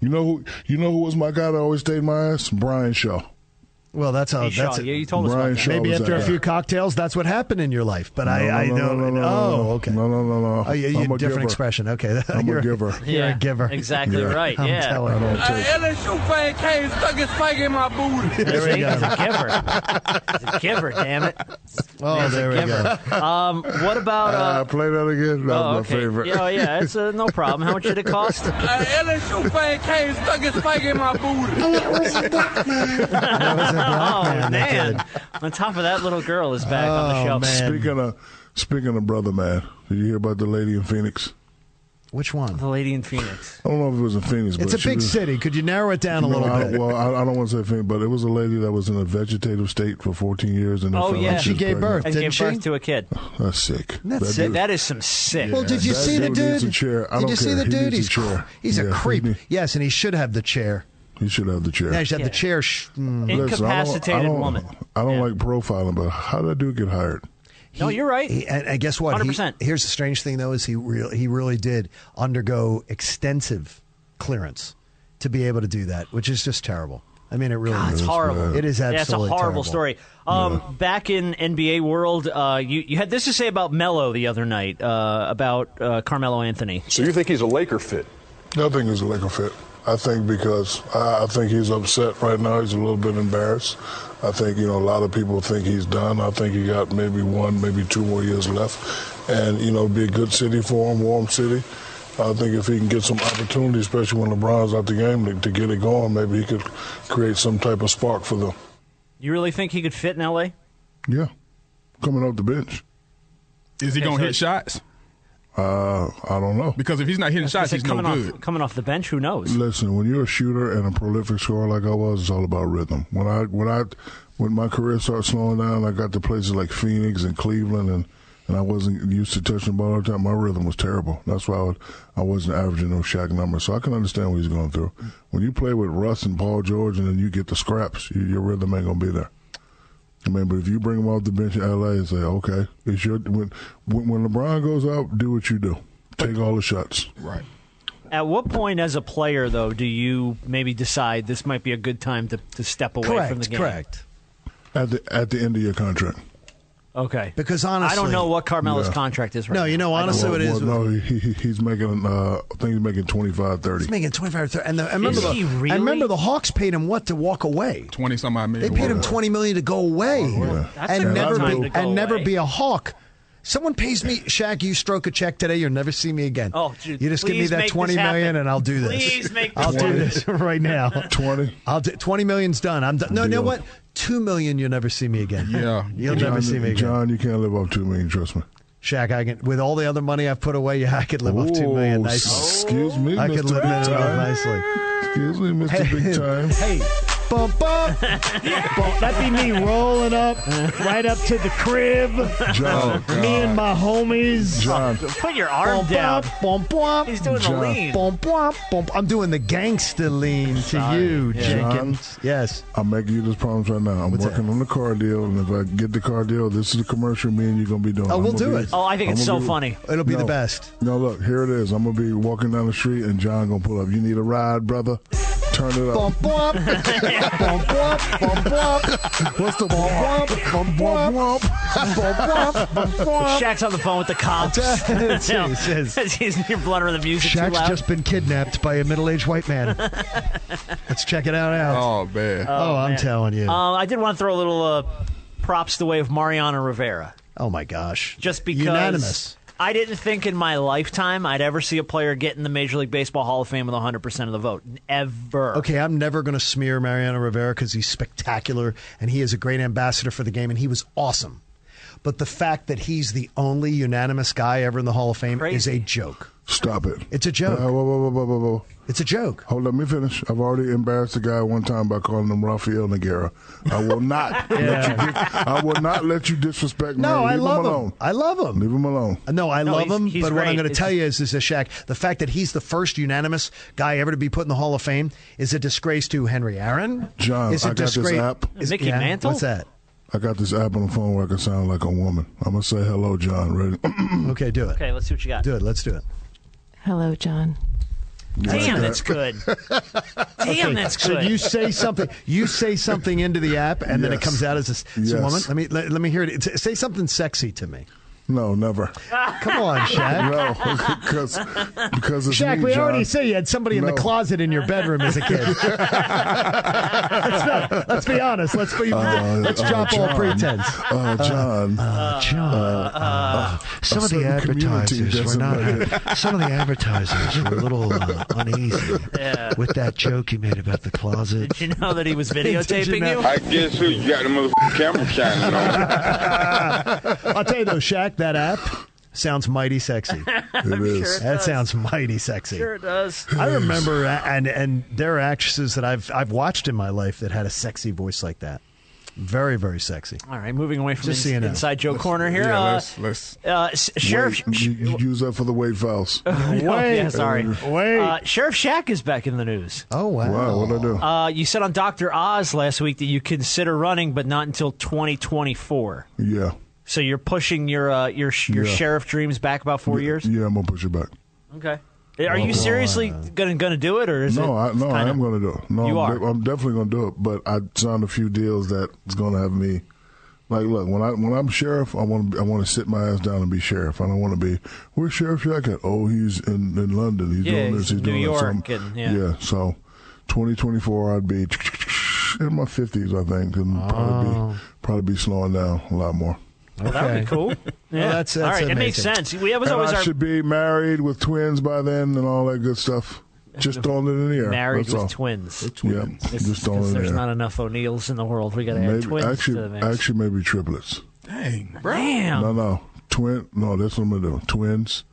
C: You know who? You know who was my guy that always stayed my ass? Brian Shaw.
D: Well, that's how.
E: Hey, Shaw,
D: that's it.
E: yeah, you told us
C: Brian
E: about that.
C: Shaw.
D: Maybe
C: was
D: after a
C: that
D: few
C: guy.
D: cocktails, that's what happened in your life. But
C: No,
D: I,
C: no,
D: I
C: no,
D: don't.
C: no, no, no,
D: oh,
C: no.
D: okay.
C: No, no, no, no.
D: Oh, yeah, you,
C: I'm a
D: different
C: giver.
D: expression. [LAUGHS] Okay,
C: I'm
D: you're
C: a giver.
D: [LAUGHS] You're a giver.
E: Exactly
C: Yeah.
E: right.
D: I'm
E: yeah.
D: telling
C: I
D: you.
C: don't take.
F: LSU fan came stuck his fake in my booty.
D: There we
E: He's
D: go.
E: a giver. He's a giver, damn it.
D: Oh,
E: He's
D: there we
E: a
D: go.
E: giver. Um, what about.
C: Uh,
E: Uh,
C: play that again. That
E: oh,
C: was
E: okay.
C: my favorite.
E: Yeah, oh, yeah, it's uh, no problem. How much did it cost?
F: LSU fan came stuck his fake in my booty.
H: and it was a black man.
E: [LAUGHS]
D: That was a
E: Oh,
D: black man. that did
E: man.
D: it.
E: On top of that, little girl is back on the
D: Oh,
E: show.
D: man.
C: Speaking of speaking of brother man, did you hear about the lady in Phoenix?
D: Which
C: [LAUGHS]
D: one?
E: The lady in Phoenix.
C: I don't know if it was in Phoenix, but
D: It's a
C: she
D: big
C: was,
D: city. Could you narrow it down a
C: No,
D: little
C: I,
D: bit?
C: Well, I, I don't want to say Phoenix, but it was a lady that was in a vegetative state for 14 years, and then
E: Oh,
C: found out
E: yeah. And she
C: was
D: gave
C: pregnant.
D: birth.
E: And
D: Didn't
E: gave
D: she?
E: birth to a kid.
C: That's sick.
D: That's
C: That
D: sick.
C: dude-
E: That is some sick.
D: Well, did you
C: that
D: see the
C: dude
D: dude?
C: needs a chair. I
D: did
C: don't
D: you see
C: care.
D: the
C: He
D: dude?
C: needs a
D: he's
C: chair.
D: he's
C: Yeah,
D: a
C: he
D: creep.
C: need-
D: yes, and he should have the chair.
C: He should have the chair.
D: Yeah, he should have the chair. Sh- mm.
C: Listen, I don't-
E: Incapacitated
C: I don't,
E: woman.
C: I don't
E: Yeah.
C: like profiling, but how did that dude get hired?
E: No, you're right.
D: He- and, and guess what? He-
E: 100%.
D: here's the strange thing, though, is he real, he really did undergo extensive clearance to be able to do that, which is just terrible. I mean, it really
G: Oh,
E: God, it's
D: is.
E: horrible.
D: It is absolutely
E: That's a horrible
D: terrible.
E: story. Um, Back in NBA world, uh, you you had this to say about Melo the other night uh, about uh, Carmelo Anthony.
I: So you think he's a Laker fit?
C: I think it's a Laker fit. I think because I, I think he's upset right now. He's a little bit embarrassed. I think you know a lot of people think he's done. I think he got maybe one, maybe two more years left, and you know, be a good city for him, warm city. I think if he can get some opportunity, especially when LeBron's out the game, to, to get it going, maybe he could create some type of spark for them.
E: You really think he could fit in LA?
C: Yeah, coming off the bench.
G: Is
E: Okay,
G: he gonna
E: so
G: hit
E: it's-
G: shots?
C: Uh, I don't know.
G: Because if he's not hitting
E: I
G: shots,
E: said
G: he's no
E: coming
G: good.
E: off coming off the bench, who knows?
C: Listen, when you're a shooter and a prolific scorer like I was, it's all about rhythm. When I when I when my career started slowing down, I got to places like Phoenix and Cleveland, and and I wasn't used to touching the ball all the time. My rhythm was terrible. That's why I, would, I wasn't averaging no Shaq numbers. So I can understand what he's going through. When you play with Russ and Paul George, and then you get the scraps, you, your rhythm ain't gonna be there. I mean, but if you bring him off the bench in LA and say, okay, it's your when when, when LeBron goes out, do what you do, take all the shots.
G: Right.
E: At what point, as a player, though, do you maybe decide this might be a good time to, to step away
D: Correct.
E: from the game?
D: Correct.
C: at the at the end of your contract.
E: Okay.
D: Because
E: I don't
D: honestly-
E: know what Carmelo's
C: Yeah.
E: contract is right.
D: No, you know,
E: now. I don't-
D: honestly, what it is.
C: no, he, he- he's making. Uh, I think he's making 25, 30.
D: He's making twenty five or thirty. And the, I remember,
E: Is he
D: the,
E: really?
D: I remember the Hawks paid him what to walk away.
G: Twenty some odd
D: They
G: million.
D: paid him
G: Whatever.
D: twenty million to go away
C: Yeah.
E: That's a
D: and
E: good
D: never
E: time
D: be,
E: to go
D: and never
E: away.
D: be a hawk. Someone pays me, Shaq. You stroke a check today. You'll never see me again.
E: Oh, dude,
D: you just give me
E: please
D: that
E: make
D: twenty
E: this happen.
D: million, and I'll do this.
E: Please make
D: I'll
E: this
D: do
E: happen.
D: this [LAUGHS] right now. [LAUGHS]
C: 20.
D: I'll do, twenty million's done. I'm done. No, you know
C: Deal.
D: what? Two million. You'll never see me again.
G: Yeah.
D: you'll never see me again.
C: John, you can't live off two million. Trust me.
D: Shaq, I can with all the other money I've put away. Yeah, I could live off two million
C: Ooh,
D: nicely.
C: Excuse me,
D: I
C: Mr.
D: could live
C: Big
D: that off
C: Time.
D: nicely.
C: Excuse me, Mr. Big
D: [LAUGHS]
C: Time.
D: Hey, bump
E: [LAUGHS]
D: bump.
J: That'd be me rolling up right up to the crib.
C: John,
J: me and my homies.
C: John,
E: Put your arm
D: Bump
E: down.
D: up, bump up.
E: He's doing the
C: John.
E: lean.
D: Bump, bump, bump. I'm doing the gangster lean to you, Jenkins. Yes.
C: I'm making you this promise right now. I'm
D: What's
C: working
D: that?
C: on the car deal, and if I get the car deal, this is the commercial me and you're gonna be doing.
D: Oh,
C: I'm
D: we'll
C: gonna
D: do
C: be-
D: it.
E: Oh, I think it's so
C: I'm gonna
E: funny.
D: It'll be
C: No.
D: the best.
C: No, look, here it is. I'm gonna be walking down the street, and John gonna pull up. You need a ride, brother? Turn it up.
D: Bump,
E: [LAUGHS]
D: bump. bump, bump, bump, bump. What's the bump, bump, bump, bump, [LAUGHS] bump, bump, bump, bump.
E: Shaq's on the phone with
D: [LAUGHS]
E: the cops. [LAUGHS]
D: It's- it's- it's-
E: He's near bluntering the music too
D: Shaq's
E: loud.
D: just been kidnapped by a middle-aged white
E: [LAUGHS]
D: man. Let's check it out. out.
G: Oh man.
D: Oh, I'm
E: man.
D: telling you.
E: Uh, I did want to throw a little uh, props the way of Mariana Rivera,
D: oh my gosh.
E: just because
D: unanimous.
E: I didn't think in my lifetime I'd ever see a player get in the Major League Baseball Hall of Fame with 100 percent of the vote, ever.
D: Okay, I'm never going to smear Mariano Rivera because he's spectacular and he is a great ambassador for the game and he was awesome. But the fact that he's the only unanimous guy ever in the Hall of Fame is
E: Crazy.
D: a joke.
C: Stop it.
D: It's a joke.
C: Uh, whoa, whoa, whoa, whoa, whoa, whoa.
D: It's a joke.
C: Hold on, let me finish. I've already embarrassed the guy one time by calling him Rafael Nogueira. I will not. let you dis- I will not let you disrespect
D: No,
C: me.
D: I
C: Leave
D: love
C: him
D: him.
C: alone.
D: I love him.
C: Leave him alone.
D: Uh, No, I
E: No,
D: love
E: he's-
D: him,
E: he's
D: but what I'm
E: great.
D: going to
E: It's-
D: tell you is, is a Shaq. The fact that he's the first unanimous guy ever to be put in the Hall of Fame is a disgrace to Henry Aaron.
C: John,
D: is a
C: I got this
D: disgrace-
C: app.
D: is-
E: Mickey
D: yeah,
E: Mantle?
D: What's that?
C: I got this app on the phone where I can sound like a woman. I'm gonna say hello, John. Ready? [CLEARS THROAT]
D: Okay, do it.
E: Okay, let's see what you got.
D: Do it. Let's do it.
K: Hello, John.
E: Damn, that's good. Damn, that's
D: So
E: good.
D: you say something. You say something into the app, and then it
C: Yes.
D: comes out as a s-
C: Yes.
D: so woman. Let me let, let me hear it. It's- Say something sexy to me.
C: No,
D: [LAUGHS]
C: never.
D: Come
C: [LAUGHS]
D: on, Shaq.
C: No, because because it's
D: Shaq,
C: me,
D: we already
C: John.
D: said you had somebody in the
C: No.
D: closet in your bedroom as a
C: [LAUGHS]
D: kid. let's, not, let's be honest. Let's be.
C: Uh,
D: [LAUGHS] let's
C: uh,
D: drop all
C: John.
D: pretense.
C: Uh, John,
D: John, uh, some
C: a
D: of the
C: certain community
D: advertisers were
C: doesn't
D: not.
C: like
D: [LAUGHS] some of the advertisers were a little uh, uneasy with that joke you made about the closet.
E: Did [LAUGHS] you know that he was
D: Did you
E: videotaping
D: know?
E: you?
I: I guess who you got the motherfucking camera shining on?
D: I'll tell you though, Shaq, that app sounds mighty sexy.
E: [LAUGHS]
C: it is.
D: That sounds mighty sexy.
E: [LAUGHS] Sure does.
D: I remember, uh, and and there are actresses that I've I've watched in my life that had a sexy voice like that. Very very sexy.
E: All right, moving away from
D: Just
E: ins-
D: so you know.
E: inside Joe corner here.
G: Yeah,
E: uh,
G: let's, let's
E: uh, S- Sheriff.
C: Wait, you, you use that for the wait
D: [LAUGHS]
C: files. wow,
E: [LAUGHS] Oh, yeah, sorry.
J: Wait.
E: Uh, Sheriff Shack is back in the news.
D: Oh
C: what'd I do?
E: Uh, you said on Dr. Oz last week that you consider running, but not until 2024.
C: yeah.
E: So you're pushing your uh, your sh- your
C: Yeah.
E: sheriff dreams back about four years.
C: Yeah, Oh, I'm gonna push it back.
E: Okay. Are you seriously gonna gonna do it, or is it?
C: uh, No, I, no, I
E: kinda-
C: am going to do it. No,
E: You
C: I'm,
E: are.
C: de- I'm definitely going to do it. But I signed a few deals that's going to have me. Like, look, when I when I'm sheriff, I want to I want to sit my ass down and be sheriff. I don't want to be where's sheriff Jack at? Oh, he's in, in London. He's
E: Yeah,
C: doing this.
E: he's
C: He's,
E: in
C: doing
E: New
C: that. So I'm-
E: York and- yeah.
C: So, 2024, I'd be in my 50s, I think, and probably
E: Oh.
C: be probably be slowing down a lot more.
E: Well, That would
C: [LAUGHS]
E: be cool. Yeah,
D: that's- that's
E: all right. It makes
D: amazing.
E: sense. We, that was
C: And
E: always
C: I
E: our
C: should be married with twins by then and all that good stuff. Just throwing it in the air.
E: married
C: That's
E: with
C: all.
E: twins.
C: Yeah,
E: It's-
C: just throwing it
E: 'cause
C: in the
E: there's
C: air.
E: not enough O'Neills in the world. We got to add
C: Maybe
E: twins to the
C: actually,
E: mix.
C: actually maybe triplets.
G: dang, bro.
E: Damn.
C: No, no, twin. No, that's what I'm gonna do. Twins.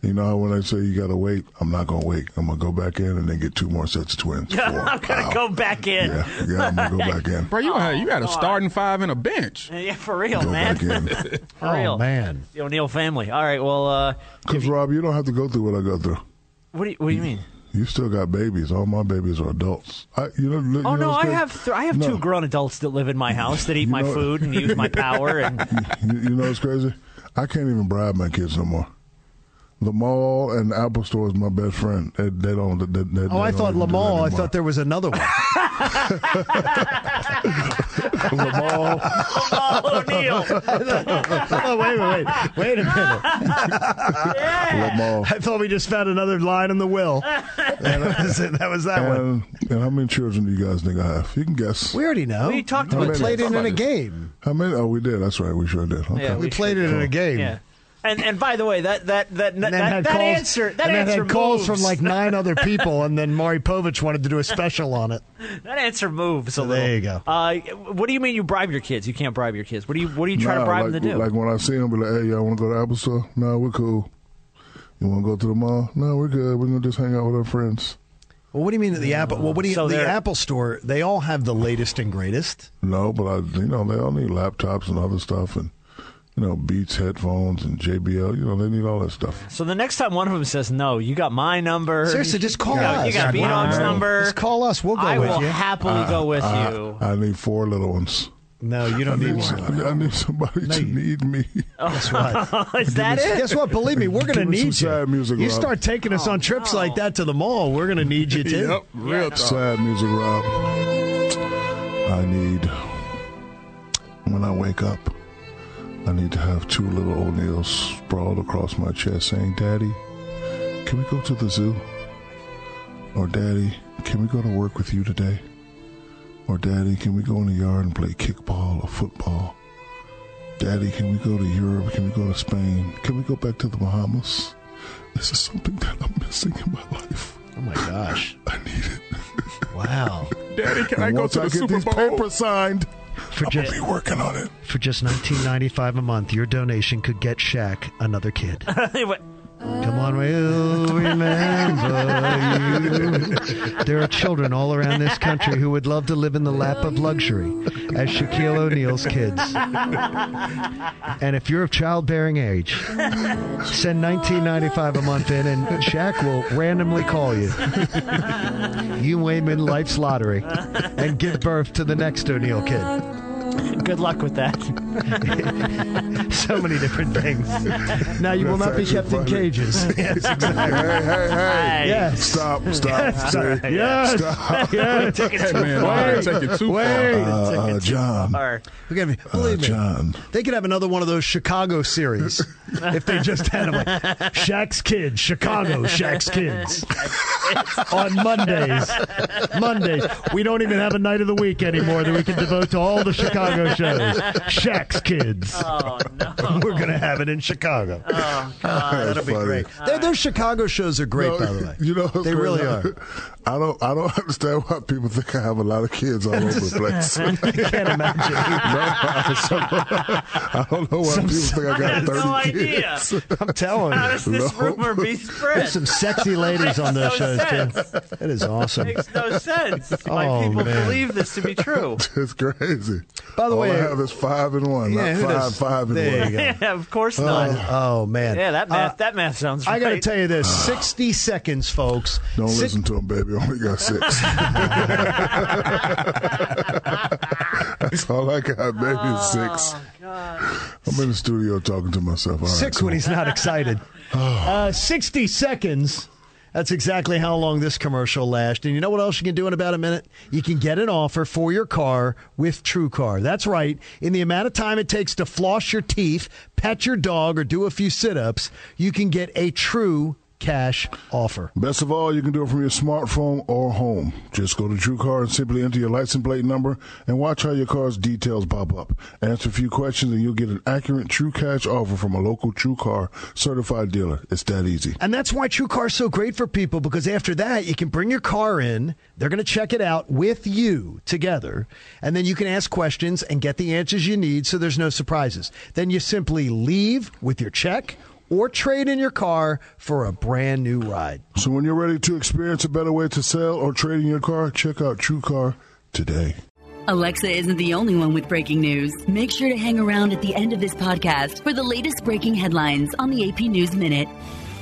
C: You know how when I say you gotta wait, I'm not gonna wait. I'm gonna go back in and then get two more sets of
E: [LAUGHS]
C: twins. Four.
E: [LAUGHS] I'm gonna
C: Wow.
E: go back in.
C: Yeah, yeah, I'm gonna go back
E: [LAUGHS]
C: in.
G: Bro, you had you got a starting five and a bench.
E: Yeah, for real,
C: Go
E: man.
C: back in.
E: [LAUGHS] For real.
D: Oh man,
E: The O'Neill family. All right. Well, uh,
C: Because Rob, you don't have to go through what I go through.
E: what do you, what do you mean?
C: You still got babies. All my babies are adults. I, you know. you know
E: Oh no,
C: what's
E: I
C: good?
E: have th- I have
C: No.
E: two grown adults that live in my house that eat
C: You
E: my
C: know-
E: food and use my power and
D: [LAUGHS]
C: You, you know what's crazy? I can't even bribe my kids no more. The mall and the Apple store is my best friend. They, they don't. They, they, they
D: oh I
C: don't
D: thought
C: even do that
D: Lamal. I
C: anymore.
D: thought there was another one. [LAUGHS]
C: [LAUGHS] Lamal.
E: O'Neill.
D: oh wait, wait, wait, wait a minute.
C: Lamal.
D: I thought we just found another line in the
E: [LAUGHS]
D: will. And that was it. That was [LAUGHS] that one.
C: And, and how many children do you guys think I have? You can guess.
D: We already know.
E: We talked
D: We
E: about
D: played it in a
G: somebody.
D: game.
C: How many? Oh, we did. That's right. We sure did. Okay.
E: Yeah,
D: We
E: we
D: played it in a game.
E: Yeah. And and by the way, that that that that,
D: And then
E: that,
D: had calls,
E: answer that
D: and then
E: answer
D: had calls
E: moves.
D: from like nine
E: [LAUGHS]
D: other people, and then Mari Povich wanted to do a special on it.
E: that answer moves a
D: There
E: little.
D: you go.
E: Uh, what do you mean you bribe your kids? You can't bribe your kids. What do you what do you try to
C: Nah,
E: bribe
C: like,
E: them to do?
C: Like when I see them, be like, "Hey, y'all want to go to Apple Store? No, we're cool. You want to go to the mall? No, we're good. We're gonna just hang out with our friends.
D: Well, what do you mean that the Apple? Well, what do you
E: So
D: the
E: they're-
D: Apple Store? They all have the latest and greatest.
C: No, but I, you know, they all need laptops and other stuff, and you know, Beats headphones and JBL. You know, they need all that stuff.
E: so the next time one of them says no, you got my number.
D: Seriously, just call
E: You got,
D: us.
E: you got B Dog's
D: Wow.
E: number.
D: Just call us. We'll go
E: I
D: with
E: will
D: you. Uh,
E: happily go with you.
C: I, I need four little ones.
D: No, you don't need
C: I,
E: [LAUGHS]
D: one.
C: need- I need somebody to
D: you-
C: need me.
D: Guess what?
E: Is that it?
D: Guess what? Believe me, we're going to
C: Give me some
D: need you.
C: sad music,
D: you
C: Rob.
D: start taking us on trips like that to the mall, we're going to need you too.
G: Yep, real talk.
C: Sad music, Rob. I need, when I wake up, I need to have two little O'Neills sprawled across my chest saying, Daddy, can we go to the zoo? Or, Daddy, can we go to work with you today? Or, Daddy, can we go in the yard and play kickball or football? Daddy, can we go to Europe? Can we go to Spain? Can we go back to the Bahamas? This is something that I'm missing in my life.
D: Oh my gosh!
C: I need it.
D: Wow.
G: Daddy, can I
C: And
G: go
C: once
G: to the
C: I get
G: Super
C: these
G: Bowl?
C: papers signed,
D: For
C: I'm gonna be working on it.
D: for just nineteen ninety five a month, your donation could get Shaq another kid.
E: Anyway,
D: Come on, we'll remember you. There are children all around this country who would love to live in the lap of luxury as Shaquille O'Neal's kids. And if you're of childbearing age, send 19.95 a month in, and Shaq will randomly call you. You win in life's lottery and give birth to the next O'Neal kid.
E: [LAUGHS] Good luck with that.
D: [LAUGHS] so many different things. Now you will
C: That's
D: not be
C: actually
D: kept in
C: funny.
D: cages. yes, exactly.
C: Hey, hey, hey.
E: Hey.
D: Yes. [LAUGHS]
C: Stop, stop.
D: Yes.
C: Say,
J: Yes.
C: Stop.
J: Yes.
G: That man, I take it too
C: [LAUGHS]
G: far.
C: Uh, uh, John.
E: Or-
D: Look at me.
C: Uh,
D: Believe me.
C: John.
D: They could have another one of those Chicago series if they just had them. Like, Shaq's kids, Chicago, Shaq's kids
J: on Mondays. Mondays. We don't even have a night of the week anymore that we can devote to all the Chicago shows. Shaq's kids.
E: oh no.
D: We're gonna have it in Chicago.
C: [LAUGHS] That'll
D: Uh, Be great. Their, their Chicago shows are great, by the way.
C: You know, what's
D: they really
C: crazy?
D: are.
C: [LAUGHS] I don't, I don't [LAUGHS] understand why people think I have a lot of kids all over
D: [LAUGHS]
C: the place. [LAUGHS] no,
D: Can't imagine.
C: I don't know why people think I
E: I
C: got
E: have
C: thirty
E: no
C: kids. [LAUGHS]
E: idea.
D: I'm telling
E: [LAUGHS] How
D: you.
E: does this
C: No.
E: rumor be spread?
D: There's some sexy ladies on
E: [LAUGHS]
D: those
E: no
D: shows too. That is awesome.
E: Makes no sense. Why
D: Oh,
E: people
D: man.
E: believe this to be true?
C: It's crazy.
D: By the
C: all
D: way-
C: I have is five and one,
D: Yeah, who
C: not five,
D: does-
C: five and
D: there
C: one.
D: you go.
E: yeah, of course not.
D: Oh man.
E: yeah, that math.
D: Uh,
E: that math sounds. Right.
D: I got to tell you this: sixty seconds, folks.
C: Don't
D: Six-
C: listen to him, baby. [LAUGHS] I Only got six. That's all I got, baby. is Six. I'm in the studio talking to myself. All right,
D: Six
C: come
D: when
C: on.
D: he's not excited.
C: [SIGHS] Oh.
D: Uh, 60 seconds. That's exactly how long this commercial lasted. And you know what else you can do in about a minute? You can get an offer for your car with TrueCar. That's right. In the amount of time it takes to floss your teeth, pet your dog, or do a few sit ups, you can get a true cash offer.
C: Best of all, you can do it from your smartphone or home. Just go to TrueCar and simply enter your license plate number and watch how your car's details pop up. Answer a few questions and you'll get an accurate true cash offer from a local TrueCar certified dealer. It's that easy.
D: And that's why True Car's so great for people because after that, you can bring your car in. They're going to check it out with you together. And then you can ask questions and get the answers you need so there's no surprises. Then you simply leave with your check or trade in your car for a brand new ride.
C: So when you're ready to experience a better way to sell or trade in your car, check out TrueCar today.
K: Alexa isn't the only one with breaking news. Make sure to hang around at the end of this podcast for the latest breaking headlines on the AP News Minute.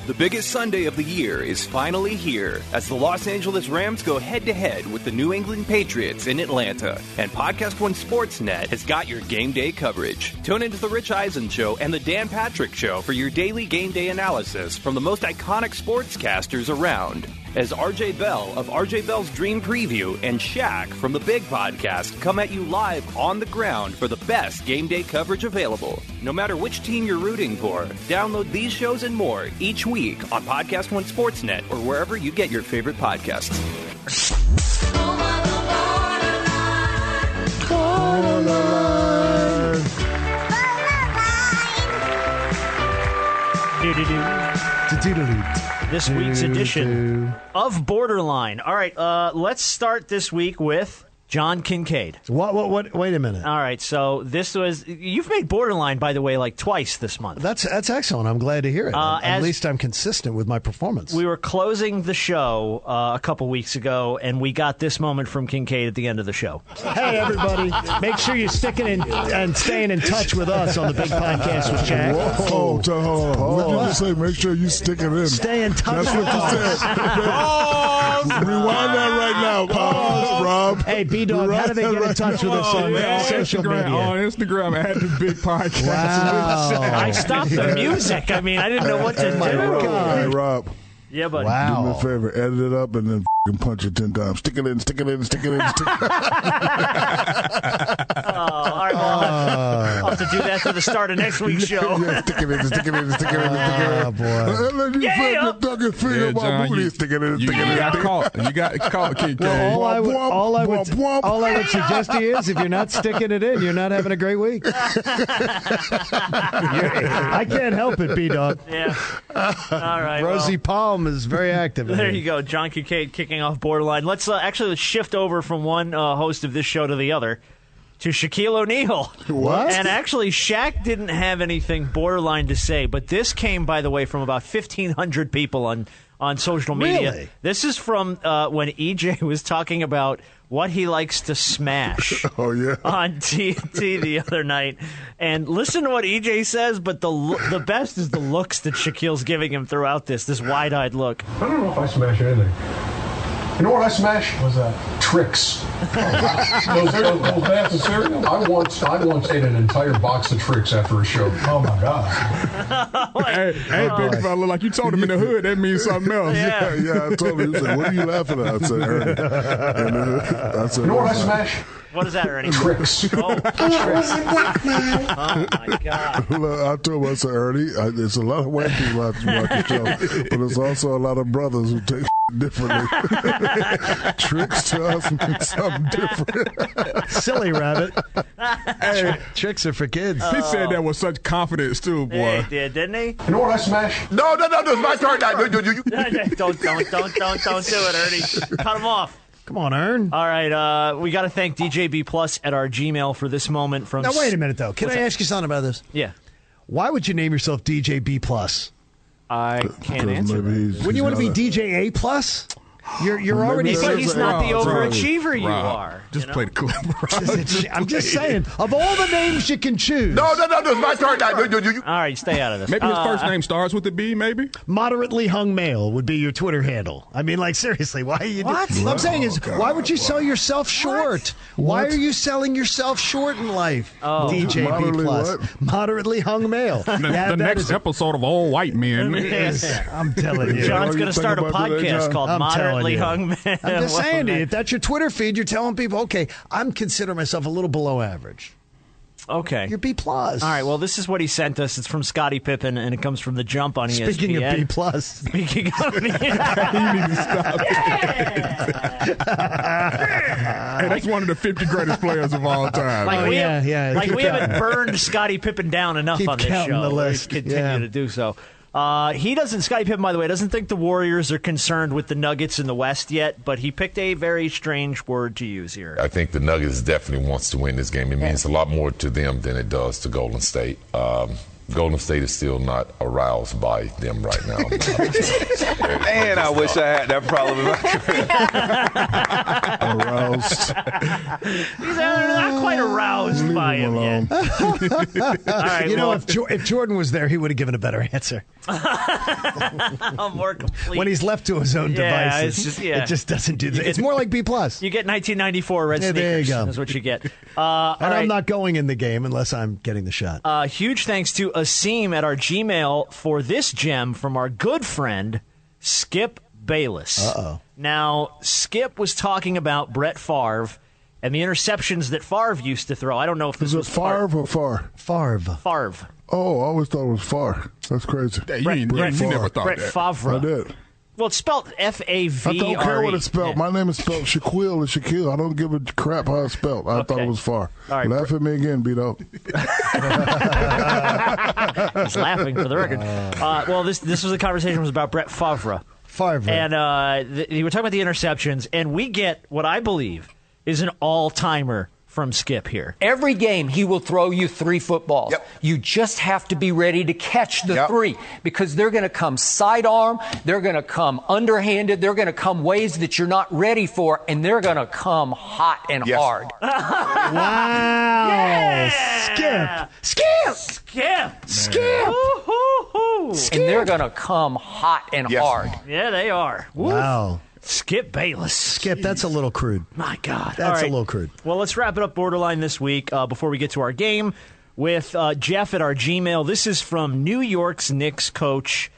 A: The biggest Sunday of the year is finally here as the Los Angeles Rams go head to head with the New England Patriots in Atlanta. And Podcast One Sportsnet has got your game day coverage. Tune into The Rich Eisen Show and The Dan Patrick Show for your daily game day analysis from the most iconic sportscasters around. As RJ Bell of RJ Bell's Dream Preview and Shaq from the Big Podcast come at you live on the ground for the best game day coverage available. No matter which team you're rooting for, download these shows and more each week on Podcast One Sportsnet or wherever you get your favorite podcasts.
E: this week's edition of Borderline. All right, uh, let's start this week with John Kincaid.
D: What, what, what? Wait a minute.
E: All right, so this was you've made Borderline by the way like twice this month.
D: That's, that's excellent. I'm glad to hear it.
E: Uh,
D: At
E: as-
D: least I'm consistent with my performance.
E: we were closing the show uh, a couple weeks ago, and we got this moment from Kincaid at the end of the show.
J: Hey, everybody. Make sure you're sticking in and staying in touch with us on the big podcast with Shaq.
C: Whoa, Tom, hold on. What did you just say? Make sure you stick it in.
D: Stay in touch
C: That's what
D: with us.
C: you said. [LAUGHS] Rewind that right now, Paul. Rob.
J: Hey, B Dog, how do they get in touch with us
G: Oh,
J: on
D: uh,
G: man, on
J: social
G: Instagram, Oh, on
J: media?
G: Instagram at the big podcast.
E: I
D: [LAUGHS]
E: stopped the music. I mean, I didn't know what to
D: [LAUGHS] my
E: do.
D: God.
C: Hey, Rob.
E: Yeah, but
C: Do me a
D: Wow.
C: favor, edit it up and then f***ing punch it ten times. Stick it in, stick it in, stick it in. Stick it in.
E: uh, all right, well, I'll have to do that for the start of next week's
D: [LAUGHS]
E: show.
C: [LAUGHS] yeah, stick it in, stick it in, stick it in, stick it in.
D: Oh, boy.
C: And then you
E: Yeah.
C: yeah. fucking thug and finger
G: Yeah,
C: my
G: John,
C: booty.
G: you-
C: stick it in,
G: You,
C: stick it
G: you
C: in.
G: got caught. You got caught, Kincaid.
D: All I, would,
C: Bwomp,
D: all, I would,
C: bwomp, bwomp.
D: all I would suggest to you is if you're not sticking it in, you're not having a great
E: [LAUGHS]
D: week.
J: I can't help it, B Dog.
E: Yeah. All right. well.
D: Rosie Palm is very active.
E: There you go, John Kincaid kicking off borderline. Let's uh, actually let's shift over from one uh, host of this show to the other, to Shaquille O'Neal.
C: What?
E: And actually, Shaq didn't have anything borderline to say, but this came, by the way, from about fifteen hundred people on on social media.
D: Really?
E: This is from uh, when EJ was talking about what he likes to smash.
C: Oh yeah.
E: On TNT the other night, and listen to what EJ says. But the lo- the best is the looks that Shaquille's giving him throughout this this wide eyed look.
F: I don't know if I smash anything.
L: You know what I smash? Was that tricks? those, those, those bags of cereal. I once, I once ate an entire box of tricks after a show. Oh my god!
G: hey, hey big fella, like you told him in the hood, that means something else.
C: Yeah, [LAUGHS] yeah, I told him. He said, "What are you laughing at?" I
L: [LAUGHS]
C: said, "Ernie." And, uh, I said,
L: You know what I
C: "What's that?"
L: smash?
E: What is that, Ernie?
L: Tricks.
C: [LAUGHS]
E: Oh,
C: oh
E: my god!
C: Look, I told him, I said, Ernie, I, it's a lot of white people out there watching the show, but there's also a lot of brothers who take [LAUGHS] differently. Tricks to us means something different.
D: Silly
E: [LAUGHS]
D: rabbit.
G: Hey,
D: Tricks are for kids.
E: Uh,
G: he said that with such confidence too,
E: He
G: boy.
E: did, didn't he? [LAUGHS]
L: You know what I smash?
M: No, no, no, no. It's my turn now. You, you, you.
E: don't, don't, don't, don't, don't do it, Ernie. Cut him off.
D: Come on, Ern.
E: All right, uh, we got to thank DJB Plus at our Gmail for this moment from.
D: Now wait a minute though. Can I ask you something about this?
E: Yeah,
D: Why would you name yourself DJ B plus?
E: I can't answer.
C: Maybe he's-
D: Wouldn't you want to be
C: he's
D: DJ A plus? You're you're
C: Maybe
D: already.
C: that's
E: But
C: But
E: he's
C: he's
E: not the
C: Rob,
E: overachiever you
G: Rob,
E: are.
G: Just play the clip. [LAUGHS]
D: I'm just saying. Of all the names you can choose,
M: No, no, no, no. It's my turn now. You, you, you, you.
E: All right, stay out of this.
G: Maybe his
E: Uh,
G: first name starts with a B. Maybe.
D: moderately hung male would be your Twitter handle. I mean, like seriously, why are you?
E: What? Oh,
D: What I'm saying is, why would you sell yourself short? Why
C: What?
D: are you selling yourself short in life?
E: Oh.
D: DJ B
C: Moderately
D: plus
C: what?
D: moderately hung male.
G: The,
D: Yeah,
G: the
D: that
G: next
D: is-
G: episode of All White Men. [LAUGHS]
D: Yes, I'm telling you.
C: John-
E: John's
C: you
E: going to
C: think
E: start a
C: about today,
E: podcast
C: John?
E: called
D: I'm telling
E: Moderately
D: you.
E: Hung Man.
D: I'm just
E: [LAUGHS]
D: saying to you,
E: Woman.
D: if that's your Twitter feed, you're telling people, okay, I'm considering myself a little below average.
E: Okay.
D: You're B plus.
E: All right. Well, this is what he sent us. It's from Scottie Pippen, and it comes from the jump on E ESPN.
D: speaking of B plus,
E: Speaking of [LAUGHS]
D: [LAUGHS]
G: Hey, that's one of the 50 greatest players of all time.
E: like
D: Oh,
E: we,
D: yeah,
E: have,
D: yeah,
E: like
D: keep
E: we
D: counting.
E: haven't burned Scottie Pippen down enough
D: Keep
E: on this
D: counting
E: show.
D: the
E: We
D: list,
E: continue
D: yeah.
E: to do so. Uh, he doesn't. Scottie Pippen, by the way, doesn't think the Warriors are concerned with the Nuggets in the West yet, but he picked a very strange word to use
D: Uh,
E: here.
N: I think the Nuggets definitely wants to win this game. It means a lot more to them than it does to Golden State. Um, Golden State is still not aroused by them right now.
M: Man, I wish I had that problem. in my career.
G: [LAUGHS]
C: Aroused.
E: He's uh, not quite aroused by
C: Leave him
E: him yet. [LAUGHS]
C: alone.
G: [LAUGHS]
E: All right,
D: you know,
E: well,
D: if, jo- if Jordan was there, he would have given a better answer.
E: I'm more complete.
D: When he's left to his own
E: Yeah,
D: devices,
E: it's just- yeah.
D: it just doesn't do that.
E: get-
D: It's more like B plus.
E: you get 1994
D: Yeah,
E: red sneakers.
D: there you go.
E: That's what you get. Uh, all
D: And
E: right.
D: I'm not going in the game unless I'm getting the shot.
E: Uh, huge thanks to Asim at our Gmail for this gem from our good friend Skip Bayless. Uh-oh. Now, Skip was talking about Brett Favre and the interceptions that Favre used to throw. I don't know if this
C: Is it
E: was Favre.
C: Favre or Favre?
D: Favre.
E: Favre.
C: Oh, I always thought it was Favre. That's crazy.
G: Hey, you,
C: Brett-
G: ain't- you
C: Brett
G: ain't- you
C: Favre.
G: never thought
E: Brett
G: that.
E: Favre.
C: I did.
E: Well, it's spelled F A V R
C: I
E: E.
C: don't care what it's spelled. My name is spelled Shaquille or Shaquille. I don't give a crap how it's spelled. I thought
E: Okay.
C: it was far.
E: All right,
C: Laugh at me again, Beto.
E: [LAUGHS] He's laughing for
C: [LAUGHS]
E: the record. Uh, well, this this was the conversation was about Brett Favre.
D: Favre.
E: And uh, th- we were talking about the interceptions, and we get what I believe is an all timer from Skip here.
O: Every game, he will throw you three footballs.
M: Yep.
O: You just have to be ready to catch the
M: Yep.
O: three because they're going to come sidearm, they're going to come underhanded, they're going to come ways that you're not ready for, and they're going to come hot and
M: Yes.
O: hard.
D: [LAUGHS] Wow. Skip. Skip.
E: Skip!
D: Skip.
E: Woo-hoo-hoo.
O: And they're going to come hot and
M: Yes.
O: hard.
E: Yeah, they are. Woo.
D: Wow.
E: Skip Bayless.
D: Skip, that's a little crude.
E: My God.
D: That's
E: All
D: a little crude.
E: Well, let's wrap it up borderline this week uh, before we get to our game with uh, Jeff at our Gmail. This is from New York's Knicks coach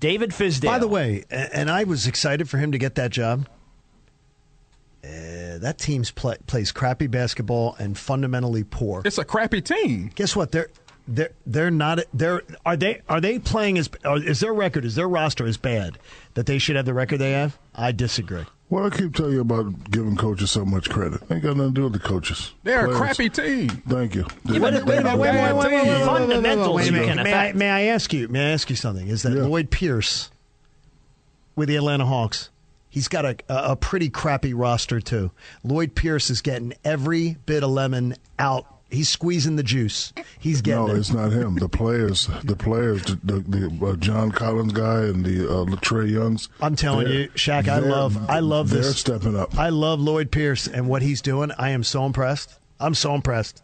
E: David Fizdale.
D: By the way, a- and I was excited for him to get that job. Uh, that team's play, plays crappy basketball and fundamentally poor.
G: It's a crappy team.
D: Guess what? They're they're they're not they're are they are they playing as are, is their record is their roster as bad that they should have the record they have? I disagree.
C: What I keep telling you about giving coaches so much credit ain't got nothing to do with the coaches.
G: They're
C: Players.
G: a crappy team.
C: Thank you.
E: but wait a minute, wait a minute, wait a minute, wait a minute. Fundamentals
D: Wait a
E: you
D: minute.
E: can
D: May I,
E: affect.
D: may I ask you? May I ask you something? Is that
C: Yeah.
D: Lloyd Pierce with the Atlanta Hawks? He's got a, a a pretty crappy roster too. Lloyd Pierce is getting every bit of lemon out. He's squeezing the juice. He's getting
C: No,
D: it.
C: it's not him. The players, the players, the, the, the uh, John Collins guy and the uh, Trey Youngs.
D: I'm telling
C: they're-
D: you, Shaq, I
C: they're-
D: love I love
C: they're
D: this.
C: stepping up.
D: I love Lloyd Pierce and what he's doing. I am so impressed. I'm so impressed.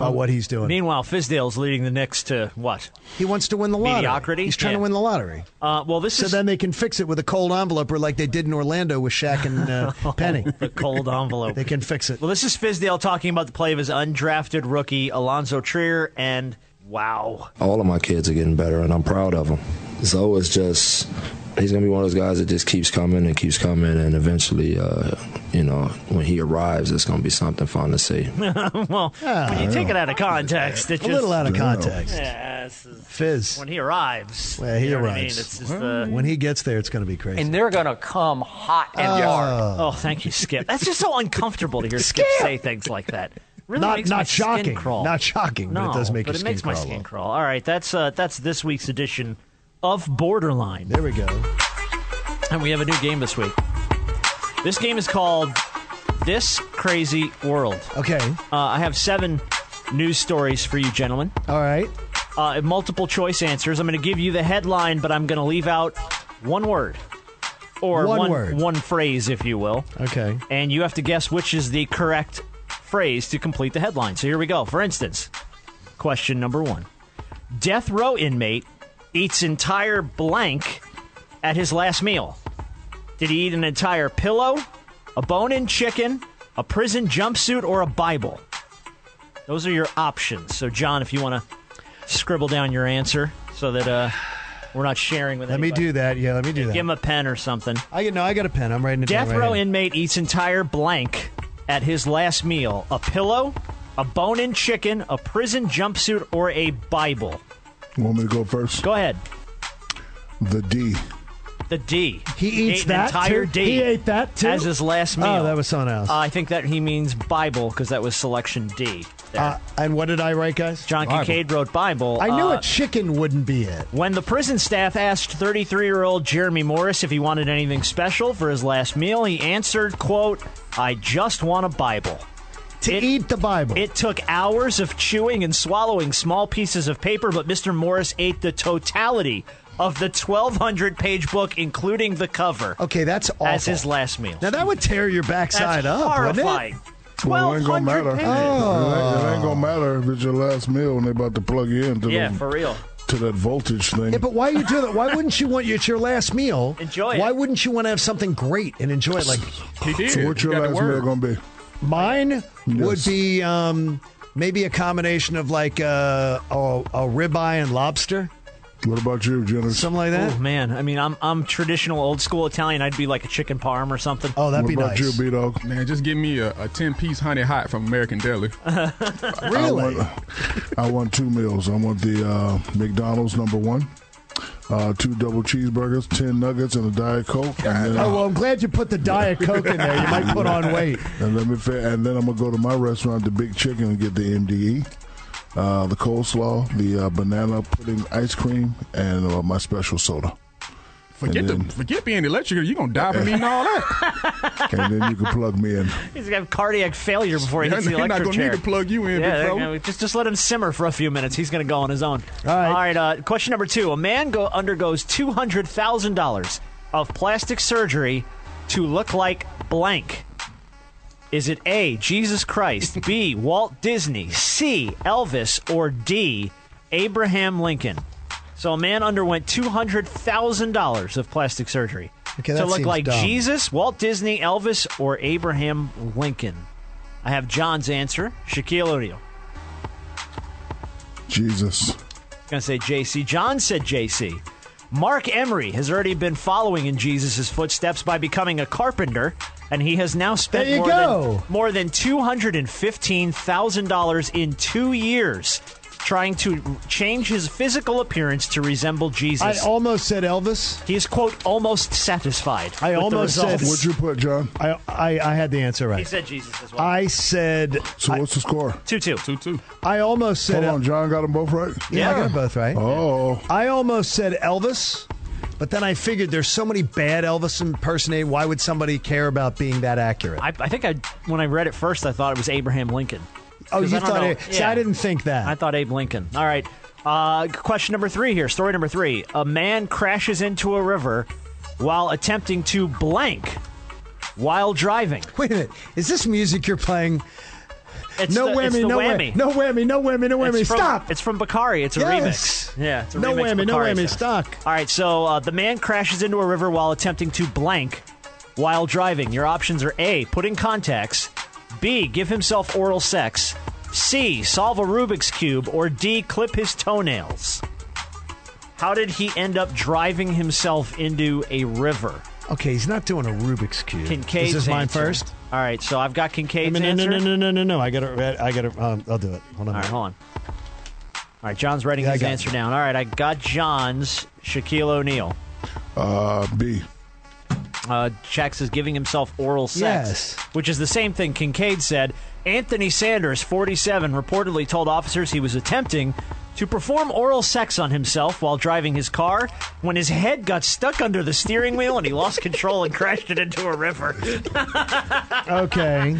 E: Oh,
D: by what he's doing.
E: Meanwhile, Fizdale's leading the Knicks to what?
D: He wants to win the lottery.
E: Mediocrity.
D: He's trying to
E: Yeah.
D: win the lottery.
E: Uh, well, this
D: so
E: is
D: then they can fix it with a cold enveloper like they did in Orlando with Shaq and
E: [LAUGHS]
D: uh, Penny.
E: the cold envelope.
D: They can fix it.
E: Well, this is Fizdale talking about the play of his undrafted rookie Alonzo Trier, and wow,
P: all of my kids are getting better, and I'm proud of them. Zoe is just, he's going to be one of those guys that just keeps coming and keeps coming, and eventually, uh, you know, when he arrives, it's going to be something fun to see.
E: well, when you take it out of context, it's
D: A
E: just,
D: little out of context.
E: Yeah, this is-
D: Fizz.
E: When he arrives,
D: Well, he
E: you know what I
D: arrives.
E: mean? It's just uh, the-
D: When he gets there, it's going to be crazy.
O: And they're going to come hot and
D: Oh.
O: hard.
E: Oh, thank you, Skip. That's just so uncomfortable to hear Skip say things like that. Really
D: Not-
E: makes
D: not
E: my skin
D: shocking.
E: crawl.
D: Not shocking, but it
E: No,
D: does make
E: but
D: your
E: it
D: skin
E: makes my
D: crawl a
E: skin
D: little.
E: crawl. All right, that's uh, that's this week's edition of Borderline.
D: There we go.
E: And we have a new game this week. This game is called This Crazy World.
D: Okay. Uh,
E: I have seven news stories for you, gentlemen.
D: All right.
E: Uh, multiple choice answers. I'm going to give you the headline, but I'm going to leave out one word or
D: One
E: one
D: word.
E: one phrase, if you will
D: Okay.
E: and you have to guess which is the correct phrase to complete the headline. So here we go. For instance, question number one Death row inmate eats entire blank at his last meal. Did he eat an entire pillow, a bone in chicken, a prison jumpsuit, or a Bible? Those are your options. So, John, if you want to scribble down your answer so that uh, we're not sharing with
D: Let me
E: anybody.
D: do that. Yeah, let me do
E: Give
D: that.
E: him a pen or something.
D: I no, I got a pen. I'm writing it
E: Death
D: down. right
E: row
D: here.
E: inmate eats entire blank at his last meal a pillow, a bone in chicken, a prison jumpsuit, or a Bible.
C: Want me to go first?
E: Go ahead.
C: The D.
E: The D.
D: He eats
E: ate
D: that,
E: an entire
D: too?
E: D.
D: He ate that, too?
E: As his last meal.
D: Oh, that was someone else.
E: Uh, I think that he means Bible because that was selection D. there.
D: Uh, and what did I write, guys?
E: John Kincaid wrote Bible.
D: I knew
E: Uh,
D: a chicken wouldn't be it.
E: When the prison staff asked 33-year-old Jeremy Morris if he wanted anything special for his last meal, he answered, quote, "I just want a Bible."
D: To eat the Bible.
E: It took hours of chewing and swallowing small pieces of paper, but Mr. Morris ate the totality of the 1200 page book including the cover.
D: Okay, that's awful.
E: As his last meal.
D: Now that would tear your backside
E: That's
D: up, wouldn't
E: horrifying.
D: it? Oh,
C: Well, it ain't gonna matter. It, ain't, it ain't gonna matter if it's your last meal and they about to plug you in to,
E: Yeah,
C: the-
E: for real.
C: to that voltage thing.
D: Yeah, but why you do that? Why wouldn't you want? It's your last meal.
E: Enjoy it.
D: Why wouldn't you want to have something great and enjoy it? Like
G: He did.
C: so what's your
G: He got the
C: last meal
G: word.
C: gonna be?
D: mine would be um, maybe a combination of like uh, a, a ribeye and lobster,
C: What about you, Jenner?
D: something like that.
E: Oh man, I mean I'm I'm traditional old school Italian. I'd be like a chicken parm or something.
D: Oh, that'd
C: what
D: be
C: about
D: nice.
C: you, B Dog?
G: Man, just give me a, a 10 piece honey hot from American Deli.
D: Really?
C: I want two meals. I want the uh, McDonald's number one, uh, two double cheeseburgers, ten nuggets, and a diet coke.
D: [LAUGHS]
C: And then,
J: Oh, well, I'm glad you put the Diet Coke in there. You might put on weight.
C: and let me. Fa- and then I'm gonna go to my restaurant, the Big Chicken, and get the MDE, uh, the coleslaw, the uh, banana pudding ice cream, and uh, my special soda.
G: Forget
C: And
G: the
C: then-
G: forget being electrical. You're gonna die from eating all that.
C: and then you can plug me in.
E: He's gonna have cardiac failure before he
G: They're
E: hits the
G: not
E: electric
G: gonna
E: chair.
G: need to plug you
E: Yeah,
G: in, big
E: they're
G: fella.
E: gonna- just just let him simmer for a few minutes. He's going to go on his own. All
D: right.
E: All right. Uh, question number two: A man go undergoes two hundred thousand dollars of plastic surgery to look like blank. Is it A. Jesus Christ, B. Walt Disney, C. Elvis, or D. Abraham Lincoln? So a man underwent two hundred thousand dollars of plastic surgery
D: Okay,
E: to
D: that
E: look
D: seems
E: like
D: dumb.
E: Jesus, Walt Disney, Elvis, or Abraham Lincoln. I have John's answer, Shaquille O'Neal.
C: Jesus.
E: Gonna say JC. John said JC. Mark Emery has already been following in Jesus' footsteps by becoming a carpenter, and he has now spent
D: There you
E: more
D: go.
E: than, more than $215,000 in two years trying to change his physical appearance to resemble
D: I
E: Jesus.
D: almost said Elvis.
E: he is, quote, almost satisfied.
D: I
E: with the
D: almost said-
C: What'd
E: results.
C: you put, John?
D: I, I I had the answer
E: He
D: right.
E: said Jesus as well.
D: I said
C: So what's the score?
E: 2 2.
G: Two two.
D: I almost said uh,
C: Hold on, John got them both right.
D: Yeah, I got 'em both right.
C: Oh,
D: I almost said Elvis, but then I figured there's so many bad Elvis impersonators. Why would somebody care about being that accurate?
E: I, I think I when I read it first, I thought it was Abraham Lincoln.
D: oh,
E: 'Cause
D: you
E: I don't
D: thought
E: know.
D: it? See,
E: Yeah.
D: I didn't think that.
E: I thought Abe Lincoln. All right. Uh, question number three here. Story number three. A man crashes into a river while attempting to blank while driving.
D: Wait a minute. Is this music you're playing?
E: It's
J: no
E: the-
J: whammy,
E: it's the
J: no
E: whammy.
J: No whammy, no whammy, no whammy.
E: It's from-
J: Stop.
E: It's from Bakari. It's a
J: Yes.
E: remix. Yeah, it's a
J: No
E: remix
J: whammy, no
E: Bakari
J: whammy,
E: song.
J: stuck.
E: All right, so uh, the man crashes into a river while attempting to blank while driving. Your options are A, put in contacts, B, give himself oral sex, C, solve a Rubik's Cube, or D, clip his toenails. How did he end up driving himself into a river?
D: Okay, he's not doing a Rubik's cube.
E: Kincaid's
D: Is this mine
E: answer.
D: first?
E: All right, so I've got Kincaid's
D: No, no,
E: answer.
D: no, no, no, no, no, no. I got to. I got to. Um, I'll do it. Hold on.
E: All right, hold on. All right, John's writing
D: Yeah, I
E: his
D: got
E: answer down. All right, I got John's Shaquille O'Neal.
C: Uh, B.
E: Uh, Jax is giving himself oral
D: Yes.
E: sex, which is the same thing Kincaid said. Anthony Sanders, 47, reportedly told officers he was attempting to perform oral sex on himself while driving his car when his head got stuck under the steering wheel and he lost control and crashed it into a river.
D: Okay,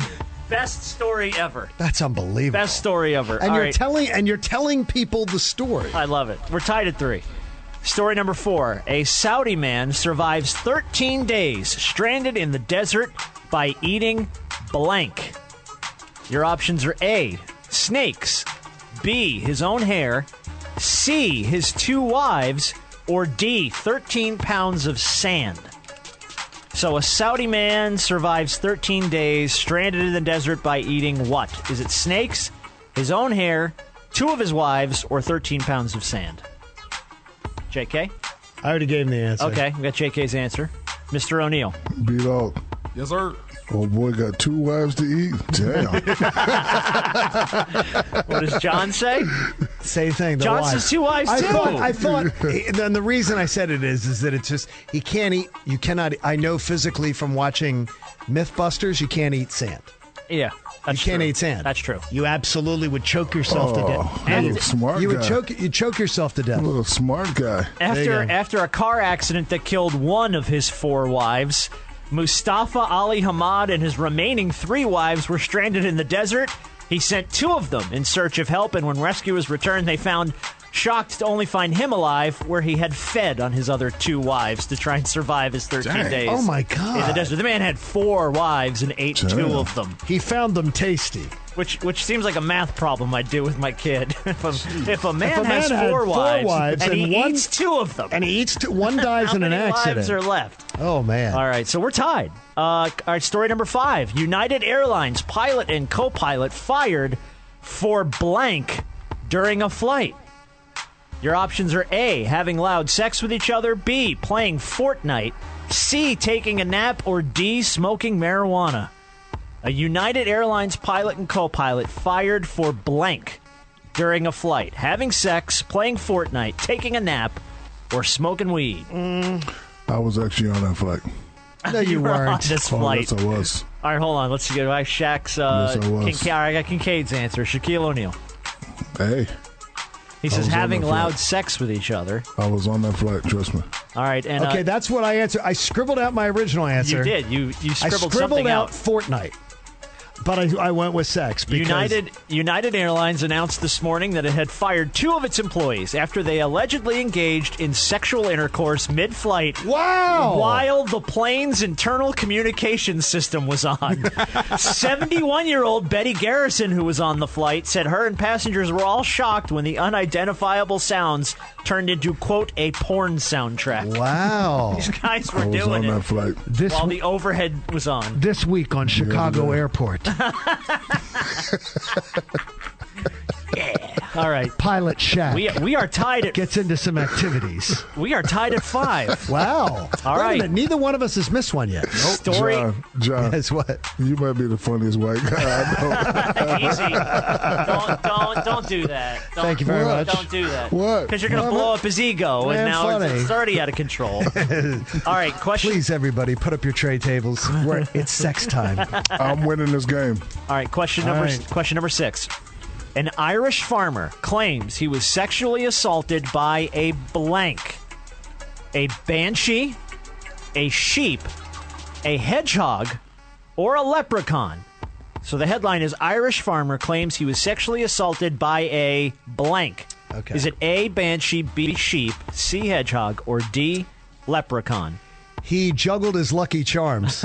E: Best story ever.
D: that's unbelievable.
E: Best story ever.
D: and
E: All
D: you're
E: right.
D: telling and you're telling people the story.
E: I love it. We're tied at three. Story number four A Saudi man survives 13 days stranded in the desert by eating blank. Your options are A, snakes, B, his own hair, C, his two wives, or D, 13 pounds of sand. So a Saudi man survives 13 days stranded in the desert by eating what? Is it snakes, his own hair, two of his wives, or 13 pounds of sand? JK?
D: I already gave him the answer.
E: Okay, we got JK's answer. Mr. O'Neill.
C: Beat out.
G: Yes, sir.
C: Oh boy, got two wives to eat.
G: [LAUGHS]
C: Damn.
E: What does
D: [LAUGHS]
E: John say?
D: Same thing. The
E: John
D: wife.
E: says two wives,
D: I
E: too.
D: Thought, I thought. Then the reason I said it is, is that it's just he can't eat. You cannot. I know physically from watching MythBusters, you can't eat sand.
E: Yeah. That's
D: you can't
E: true.
D: eat sand.
E: That's true.
D: You absolutely would choke yourself to death.
C: Oh, little smart
D: you would
C: guy.
D: choke. You choke yourself to death.
C: Little smart guy.
E: After after a car accident that killed one of his four wives, Mustafa Ali Hamad and his remaining three wives were stranded in the desert. He sent two of them in search of help, and when rescuers returned, they found shocked to only find him alive, where he had fed on his other two wives to try and survive his 13
D: Dang.
E: days.
D: Oh, my
E: In the
D: God.
E: desert, the man had four wives and ate two of them.
D: He found them tasty.
E: Which, which seems like a math problem I'd do with my kid. [LAUGHS] if, a, if a man
D: If a
E: has
D: man had
E: four,
D: four
E: wives,
D: wives
E: and,
D: and
E: he
D: one-
E: eats two of them,
D: And he eats. Two, one dies
E: [LAUGHS] How
D: in an
E: many
D: accident.
E: lives are left?
D: Oh man.
E: All right, so we're tied. Uh, all right, story number five: United Airlines pilot and co-pilot fired for blank during a flight. Your options are A, having loud sex with each other, B, playing Fortnite, C, taking a nap, or D, smoking marijuana. A United Airlines pilot and co pilot fired for blank during a flight, having sex, playing Fortnite, taking a nap, or smoking weed.
C: I was actually on that flight.
D: No,
E: [LAUGHS]
D: you,
E: were on
D: weren't.
E: this
C: Oh,
E: flight.
C: yes, I was.
E: All right, hold on. Let's get I Shaq's. Uh,
C: Yes, I was.
E: Kincaid, I got Kincaid's answer. Shaquille O'Neal.
C: Hey,
E: He
C: I
E: says
C: was on
E: having
C: the flight.
E: loud sex with each other.
C: I was on that flight. Trust me.
E: All right, and
D: okay,
E: uh,
D: that's what I answered. I scribbled out my original answer.
E: you did. You you
D: I
E: scribbled,
D: scribbled
E: something
D: out,
E: out.
D: Fortnite, but I, I went with sex. Because
E: United United Airlines announced this morning that it had fired two of its employees after they allegedly engaged in sexual intercourse mid-flight.
D: Wow!
E: While the plane's internal communication system was
C: [LAUGHS]
E: on. 71-year-old Betty Garrison who was on the flight said her and passengers were all shocked when the unidentifiable sounds turned into quote a porn
D: [LAUGHS]
E: soundtrack.
D: Wow.
E: These guys were
C: I was
E: doing
C: on that
E: it
C: flight.
D: This
E: while the overhead was on.
D: this week on Chicago
E: [LAUGHS]
D: Airport,
E: All right.
D: pilot Shaq
E: We, we are tied
D: [LAUGHS]
E: at
D: gets into some
E: [LAUGHS]
D: activities.
E: we are tied
C: [LAUGHS]
E: at 5.
D: Wow!
E: All
D: Wait a
E: right.
D: minute, neither one of us has missed one yet.
E: Story
C: Oh, John,
D: [LAUGHS]
C: John,
D: That's what.
C: you might be the funniest white guy I know.
E: [LAUGHS] easy. Don't don't don't do that. Don't,
D: Thank you very
E: don't,
D: much.
E: Don't do that.
C: What?
E: Because you're gonna
C: Mama?
E: blow up his ego, and
D: Man,
E: now it's,
D: funny.
E: it's already out of
D: [LAUGHS]
E: control. All right, question.
D: Please, everybody, put up your tray tables. We're, it's sex
E: [LAUGHS]
D: time.
C: I'm winning this game.
E: All right, question
D: All
E: number
D: right.
E: question number six. An Irish farmer claims he was sexually assaulted by a blank, a banshee, a sheep, a hedgehog, or a leprechaun. So the headline is Irish farmer claims he was sexually assaulted by a blank.
D: Okay.
E: Is it A banshee, B sheep, C hedgehog, or D leprechaun?
D: He juggled his lucky
E: [LAUGHS]
D: charms.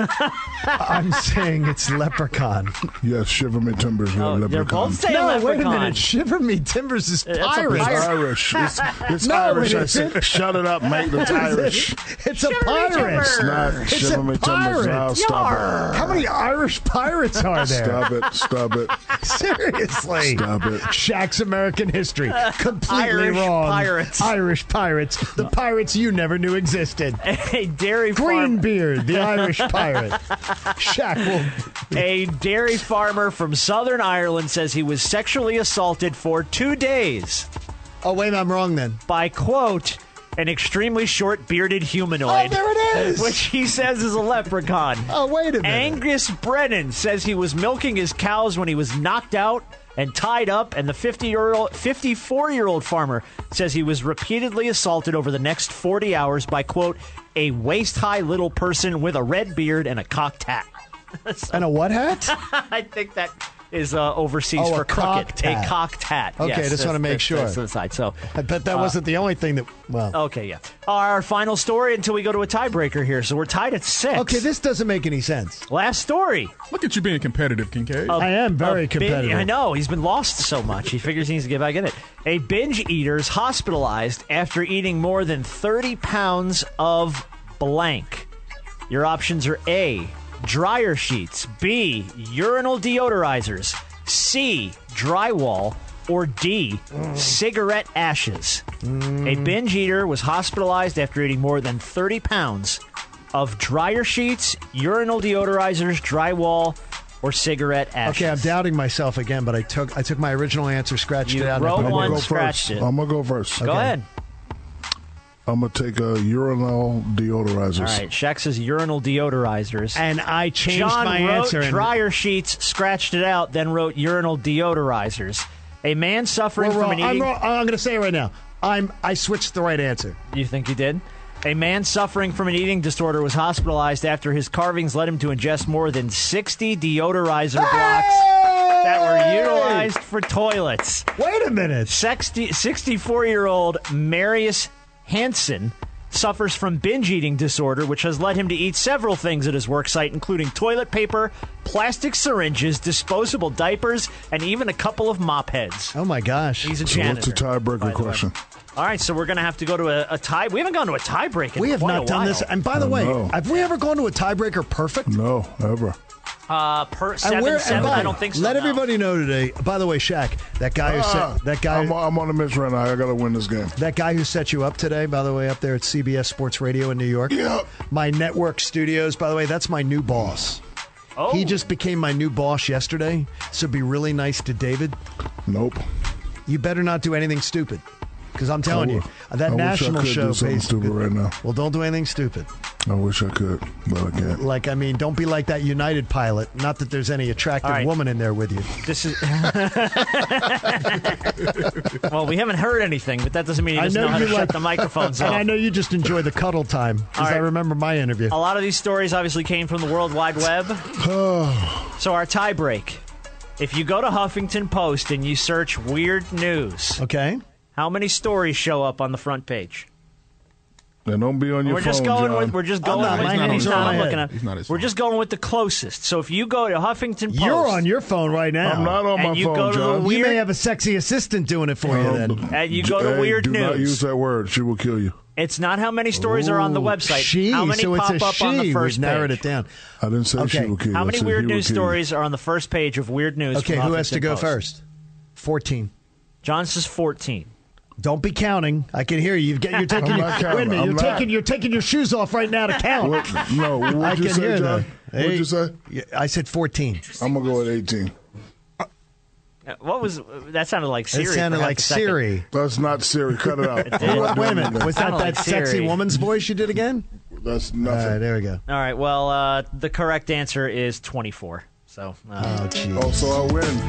D: I'm saying it's leprechaun.
C: Yes, Shiver Me Timbers no, leprechaun.
E: Oh, they're both saying
D: no, wait a
E: leprechaun.
D: minute. Shiver Me Timbers is
E: That's a
D: pirate.
C: It's Irish.
E: [LAUGHS]
C: It's, it's
D: no,
C: Irish.
D: It
C: I said,
D: isn't.
C: shut it up, mate. It's Irish.
D: It's a pirate.
C: It's not
D: It's
C: Shiver
D: a
C: Me Timbers.
D: pirate.
C: Now stop it.
D: How many Irish pirates are there?
C: Stop it. Stop it.
D: Seriously.
C: Stop it.
D: Shaq's American history. Completely
E: Uh, Irish
D: wrong.
E: pirates.
D: Irish pirates. The pirates you never knew existed.
E: [LAUGHS] A dairy farm,
D: Greenbeard,
E: [LAUGHS]
D: the Irish pirate. Shaq will.
E: a dairy farmer from Southern Ireland says he was sexually assaulted for two days
D: Oh, wait, I'm wrong then.
E: by quote an extremely short bearded
D: Oh,
E: humanoid,
D: there it is.
E: which he says is a leprechaun.
D: oh, wait a minute.
E: Angus Brennan says he was milking his cows when he was knocked out and tied up, and the 50-year-old, 54-year-old farmer says he was repeatedly assaulted over the next 40 hours by, quote, a waist-high little person with a red beard and a cocked hat.
D: and a what hat?
E: I think that is uh, overseas
D: Oh, a
E: for crooked.
D: cocked hat.
E: A cocked hat.
D: Okay,
E: yes,
D: just
E: that's-
D: wanna make
E: that's-
D: sure.
E: That's the side. So,
D: I bet that
E: Uh, oh,
D: wasn't the only thing that. Well.
E: okay, yeah. Our final story until we go to a tiebreaker here. So we're tied at six.
D: Okay, this doesn't make any sense.
E: Last story.
G: Look at you being competitive, Kincaid.
E: A-
D: I am very
E: a bin-
D: competitive.
E: I know he's been lost so much. He figures he needs to get back in it. A binge eater is hospitalized after eating more than 30 pounds of blank. Your options are A, dryer sheets, B, urinal deodorizers, C, drywall, or D, cigarette ashes. A binge eater was hospitalized after eating more than 30 pounds of dryer sheets, urinal deodorizers, drywall, or cigarette ashes.
D: Okay, I'm doubting myself again, but I took I took my original answer, scratched
E: You
D: it out. and I
E: wrote
D: put it
C: I'm
D: in.
E: one,
C: gonna go
E: scratched
C: first.
E: it.
C: I'm gonna go first.
E: Go ahead.
C: I'm gonna take a urinol deodorizers.
E: All right, Shaq says urinal deodorizers.
D: And I changed
E: John
D: my
E: wrote
D: answer. and-
E: dryer sheets, scratched it out, then wrote urinal deodorizers. A man
D: We're
E: suffering from
D: wrong.
E: an e-
D: I'm,
E: eating.
D: wrong. I'm going to say it right now. I'm I switched the right answer.
E: You think you did? A man suffering from an eating disorder was hospitalized after his carvings led him to ingest more than 60 deodorizer blocks that were utilized for toilets.
D: Wait a minute.
E: 64 year old Marius Hansen suffers from binge eating disorder, which has led him to eat several things at his work site, including toilet paper, plastic syringes, disposable diapers, and even a couple of mop heads.
D: Oh my gosh.
E: He's a
C: So
E: janitor.
C: what's the
E: by
C: tiebreaker
E: the
C: question?
E: way. All right, so we're going to have to go to a, a tie. We haven't gone to a tiebreak. in
D: we have
E: quite
D: not
E: a
D: done
E: while.
D: this. And by the
C: Oh,
D: way,
C: no.
D: have we ever gone to a tiebreaker perfect?
C: No, ever.
E: Uh,
D: And
E: per
D: we're-
E: seven,
D: and
E: seven.
D: by-
E: I don't think so.
D: Let
E: no.
D: everybody know today. By the way, Shaq, that guy who
C: Ah,
D: set that guy
C: I'm, I'm on a miss right now. I gotta win this game.
D: that guy who set you up today. By the way, up there at CBS Sports Radio in New York.
C: Yeah.
D: My network studios. By the way, that's my new boss.
E: Oh,
D: He just became my new boss yesterday. So be really nice to David.
C: Nope.
D: You better not do anything stupid, because I'm telling
C: I
D: you
C: wi-
D: that
C: I wish I
D: national
C: could
D: show
C: do something
D: pays
C: stupid right now.
D: Well, don't do anything stupid.
C: I wish I could, but I can't.
D: Like I mean, don't be like that United pilot. Not that there's any attractive
E: All right.
D: woman in there with you.
E: this is. [LAUGHS] well, we haven't heard anything, but that doesn't mean he
D: I
E: doesn't
D: know
E: know, how to
D: you
E: shut
D: like-
E: the microphones off.
D: And [LAUGHS] I know you just enjoy the cuddle time
E: All
D: because
E: right.
D: I remember my interview.
E: A lot of these stories obviously came from the World Wide
D: [SIGHS]
E: Web. so our tie break. If you go to Huffington Post and you search weird news,
D: Okay.
E: how many stories show up on the front page?
C: And don't be on your
E: We're
C: phone,
E: just going
C: John.
E: with we're just
D: I'm
E: going
D: not-
E: with
D: my hand
E: he's
D: is on
E: not,
D: my
E: I'm
D: head.
E: looking at-
G: He's not his
E: We're
G: phone.
E: just going with the closest. So if you go to Huffington Post
D: You're on your phone right now.
C: I'm not on
E: and
C: my
E: you
C: phone,
E: go to the
C: John.
E: we-
D: You
E: weird-
D: may have a sexy assistant doing it for you
C: Um,
D: then.
E: and you go to
C: hey,
E: weird
C: do not
E: news.
C: use that word. She will kill you.
E: it's not how many stories are on the
D: Ooh,
E: website.
D: She.
E: how many
D: so
E: pop
D: it's a
E: up
D: she.
E: on the first
D: We've narrowed
E: page?
D: it down.
C: I didn't say she
D: Okay.
C: will kill you.
E: How
C: I
E: many
C: said
E: weird
C: he will
E: news
C: kill you.
E: stories are on the first page of weird news?
D: Okay,
E: from
D: who has to
E: Huffington
D: go
E: Post?
D: first? Fourteen.
E: John says fourteen.
D: Don't be counting. I can hear you. You've got- You're taking.
C: I'm
D: your,
C: not
D: wait a
C: counting.
D: minute.
C: I'm
D: You're
C: not.
D: taking. You're taking your shoes off right now to count.
C: What,
E: [LAUGHS]
C: no, what'd
D: I
C: you
D: can
C: say,
D: hear
C: John?
D: that.
C: What'd you say?
D: Yeah, I said 14.
C: I'm gonna go at 18.
E: Uh, What was that? Sounded like Siri.
D: it
E: for
D: sounded
E: half
D: like
E: a second.
D: Siri.
C: That's not Siri. Cut it out.
E: did.
C: I'm not
D: [LAUGHS] Wait a
C: doing
D: minute.
C: that.
D: Was that
E: Sounded like
D: that sexy
E: Siri.
D: woman's voice you did again?
C: That's
D: All right,
C: nothing.
D: there we go.
E: All right. Well, uh, the correct answer is 24. So, uh,
D: Oh, gee.
C: oh, so I
D: [LAUGHS]
C: win.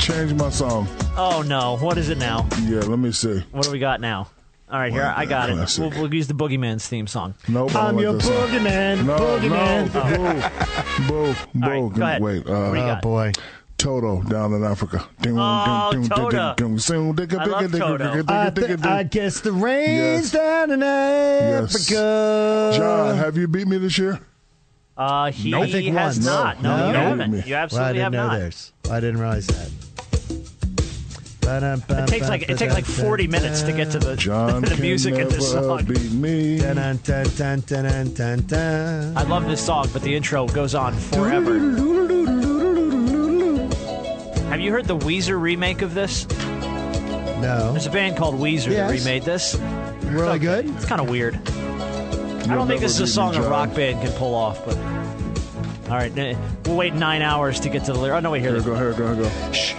C: Change my song.
E: oh no, what is it now?
C: Yeah, let me see.
E: What do we got now? All right, here
C: Well,
E: I got it.
C: classic.
E: We'll, we'll use the Boogeyman's theme song.
C: Nope, oh, I
D: I'm
C: don't
D: your
C: like this song.
D: boogeyman.
C: No,
D: boogeyman.
C: no, boo, boo, boo.
E: All right, go ahead.
C: Wait,
E: What do you
C: uh,
E: got?
D: boy.
C: Toto down in Africa.
J: Oh, Toto.
C: I
J: I, th- I guess the rain's
C: Yes.
J: down in Africa.
C: Yes. John, have you beat me this year?
E: Uh, he
C: Nope. I
E: has
C: think once.
E: not. No,
C: No.
E: you
C: No. Well, I
D: Well,
E: haven't. You
D: I
E: absolutely
D: didn't
E: have
D: know
E: not.
D: theirs. I didn't realize that.
E: It takes like it takes like 40 minutes to get to the, [LAUGHS]
D: John
E: the music in this song.
C: me.
E: I love this song, but the intro goes on forever. Have you heard the Weezer remake of this?
D: No.
E: There's a band called Weezer
D: Yes.
E: that remade this.
D: Really good?
E: It's kind of weird. I
D: You'll
E: don't think this is
D: never beat
E: a song
D: me,
E: a
D: John.
E: rock band can pull off, but. All right, eh, we'll wait nine hours to get to the lyric. Oh, no, wait, here. Here we
C: go, here we go, here we
E: go. Shh.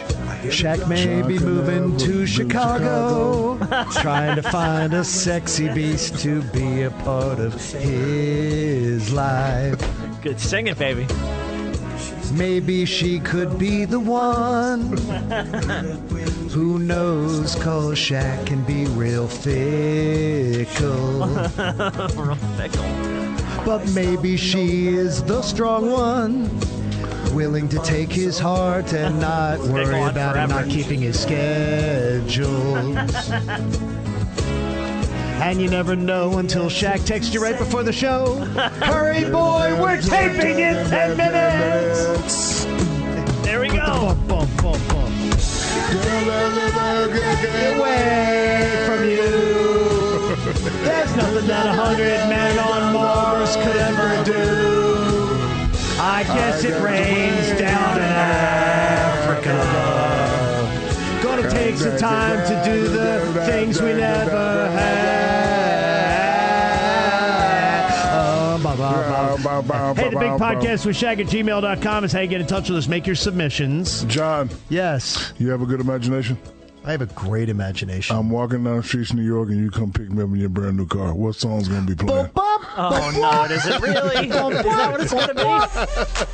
D: Shaq may be moving to Chicago, trying to find a sexy beast to be a part of his life.
E: Good singing, baby.
D: Maybe she could be the one. Who knows? Cause Shaq can be real fickle.
E: Real fickle.
D: But maybe she is the strong one. Willing to take his heart and not worry
E: on
D: about him
E: forever.
D: not keeping his schedules. and you never know until Shaq texts you right before the show. Hurry, boy, we're taping in 10 minutes.
E: There we go.
D: Bum, bum, bum, bum. Get away from you. There's nothing that a hundred men on Mars could ever do. I guess it rains down in Africa. Gonna take some time to do the things we never had. Um, ba, ba, ba.
J: Hey, the big podcast with Shaq at gmail.com is how you get in touch with us. Make your submissions.
C: John.
D: Yes.
C: You have a good imagination?
D: I have a great imagination.
C: I'm walking down the streets of New York and you come pick me up in your brand new car. What song's going to be playing?
E: Oh, no, does it really? is that what it's going to be? I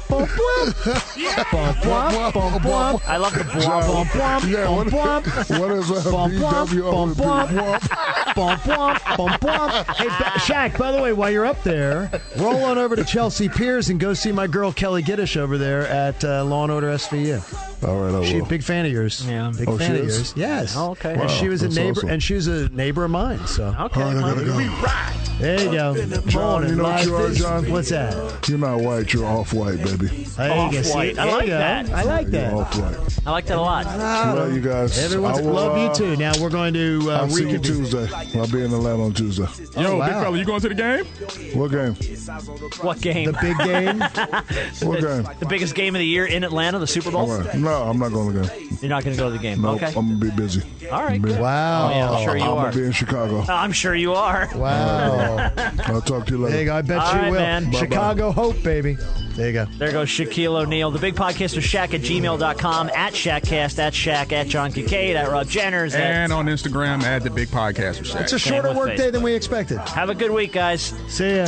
E: love the blah, blah, blah,
C: Yeah,
E: blah,
C: what,
E: blah.
C: what is up,
J: Bump, bump,
C: VW?
J: bump, bump. Bump, bump, bump, bump. Hey, Ba-
D: Shaq, by the way, while you're up there, roll on over to Chelsea Piers and go see my girl Kelly Giddish over there at uh, Law and Order SVU.
C: All right, I
D: She's
C: will.
D: a big fan of yours. Yeah, big
C: Oh,
D: fan
C: she
D: of
C: is?
D: yours. Yes.
C: Oh, okay.
D: And
C: Wow,
D: she was a
C: that's
D: neighbor,
C: awesome.
D: and she was a neighbor of mine. So
E: okay,
C: All right, I gotta go.
D: there you go.
C: John,
D: Morning,
C: you know what
D: live
C: you are,
D: this-
C: John?
D: What's that?
C: You're not white. You're off white, baby.
D: There you go. See,
E: Off-white. I
D: there you
E: like
D: go.
E: that.
D: I like that. Uh,
C: You're off white.
E: I like that a lot.
C: Well, you guys.
D: Everyone's
C: I will,
D: love
C: uh,
D: you too. Now we're going to uh,
C: I'll see you
D: reconvene.
C: Tuesday. I'll be in Atlanta on Tuesday.
D: Oh, Yo, big wow. fella,
C: you going to the game? What game?
E: What game?
D: The big [LAUGHS] game.
C: What game?
E: The biggest game of the year in Atlanta, the Super Bowl.
C: All right. No, I'm not going to the game.
E: You're not going to go to the game.
C: No,
E: okay.
C: I'm gonna be busy.
E: All right, good.
D: Wow.
E: Oh, yeah, I'm sure you
C: I'm
E: are.
C: gonna be in Chicago.
E: I'm sure you are.
D: Wow.
C: I'll talk to you later.
D: There you go. I bet
E: All
D: you
E: right,
D: will.
E: man.
D: Chicago Hope, baby. There you go.
E: There goes Shaquille O'Neal. The big podcast with Shaq at gmail.com, at Shaqcast, at Shaq, at John Kincaid, at Rob Jenners. At...
G: And on Instagram at the Big Podcast with Shaq.
D: It's a shorter
E: with
D: work day
E: Facebook.
D: than we expected.
E: Have a good week, guys.
D: See ya.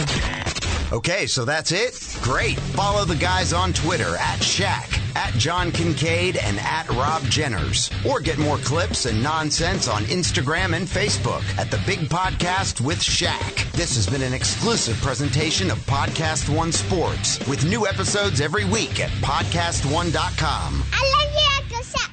B: Okay, so that's it. Great. Follow the guys on Twitter at Shaq, at John Kincaid, and at Rob Jenners. Or get more clips and nonsense on Instagram and Facebook at The Big Podcast with Shaq. This has been an exclusive presentation of Podcast One Sports with new episodes every week at PodcastOne.com.
H: I love you, Uncle Shaq.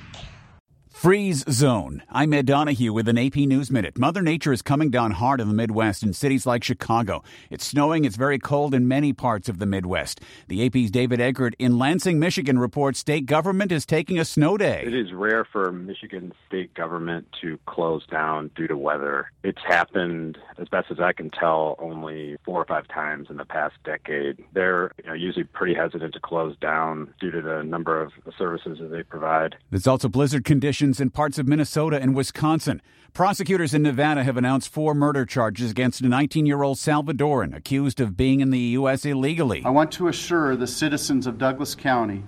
Q: Freeze Zone. I'm Ed Donahue with an AP News Minute. Mother Nature is coming down hard in the Midwest in cities like Chicago. It's snowing, it's very cold in many parts of the Midwest. The AP's David Eggert in Lansing, Michigan reports state government is taking a snow day.
R: It is rare for Michigan state government to close down due to weather. It's happened, as best as I can tell, only four or five times in the past decade. They're you know, usually pretty hesitant to close down due to the number of services that they provide.
Q: There's also blizzard conditions in parts of Minnesota and Wisconsin. Prosecutors in Nevada have announced four murder charges against a 19 year old Salvadoran accused of being in the U.S. illegally.
S: I want to assure the citizens of Douglas County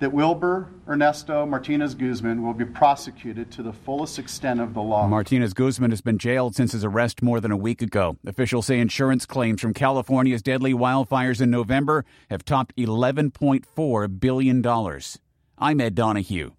S: that Wilbur Ernesto Martinez Guzman will be prosecuted to the fullest extent of the law.
Q: Martinez Guzman has been jailed since his arrest more than a week ago. Officials say insurance claims from California's deadly wildfires in November have topped $11.4 billion. I'm Ed Donahue.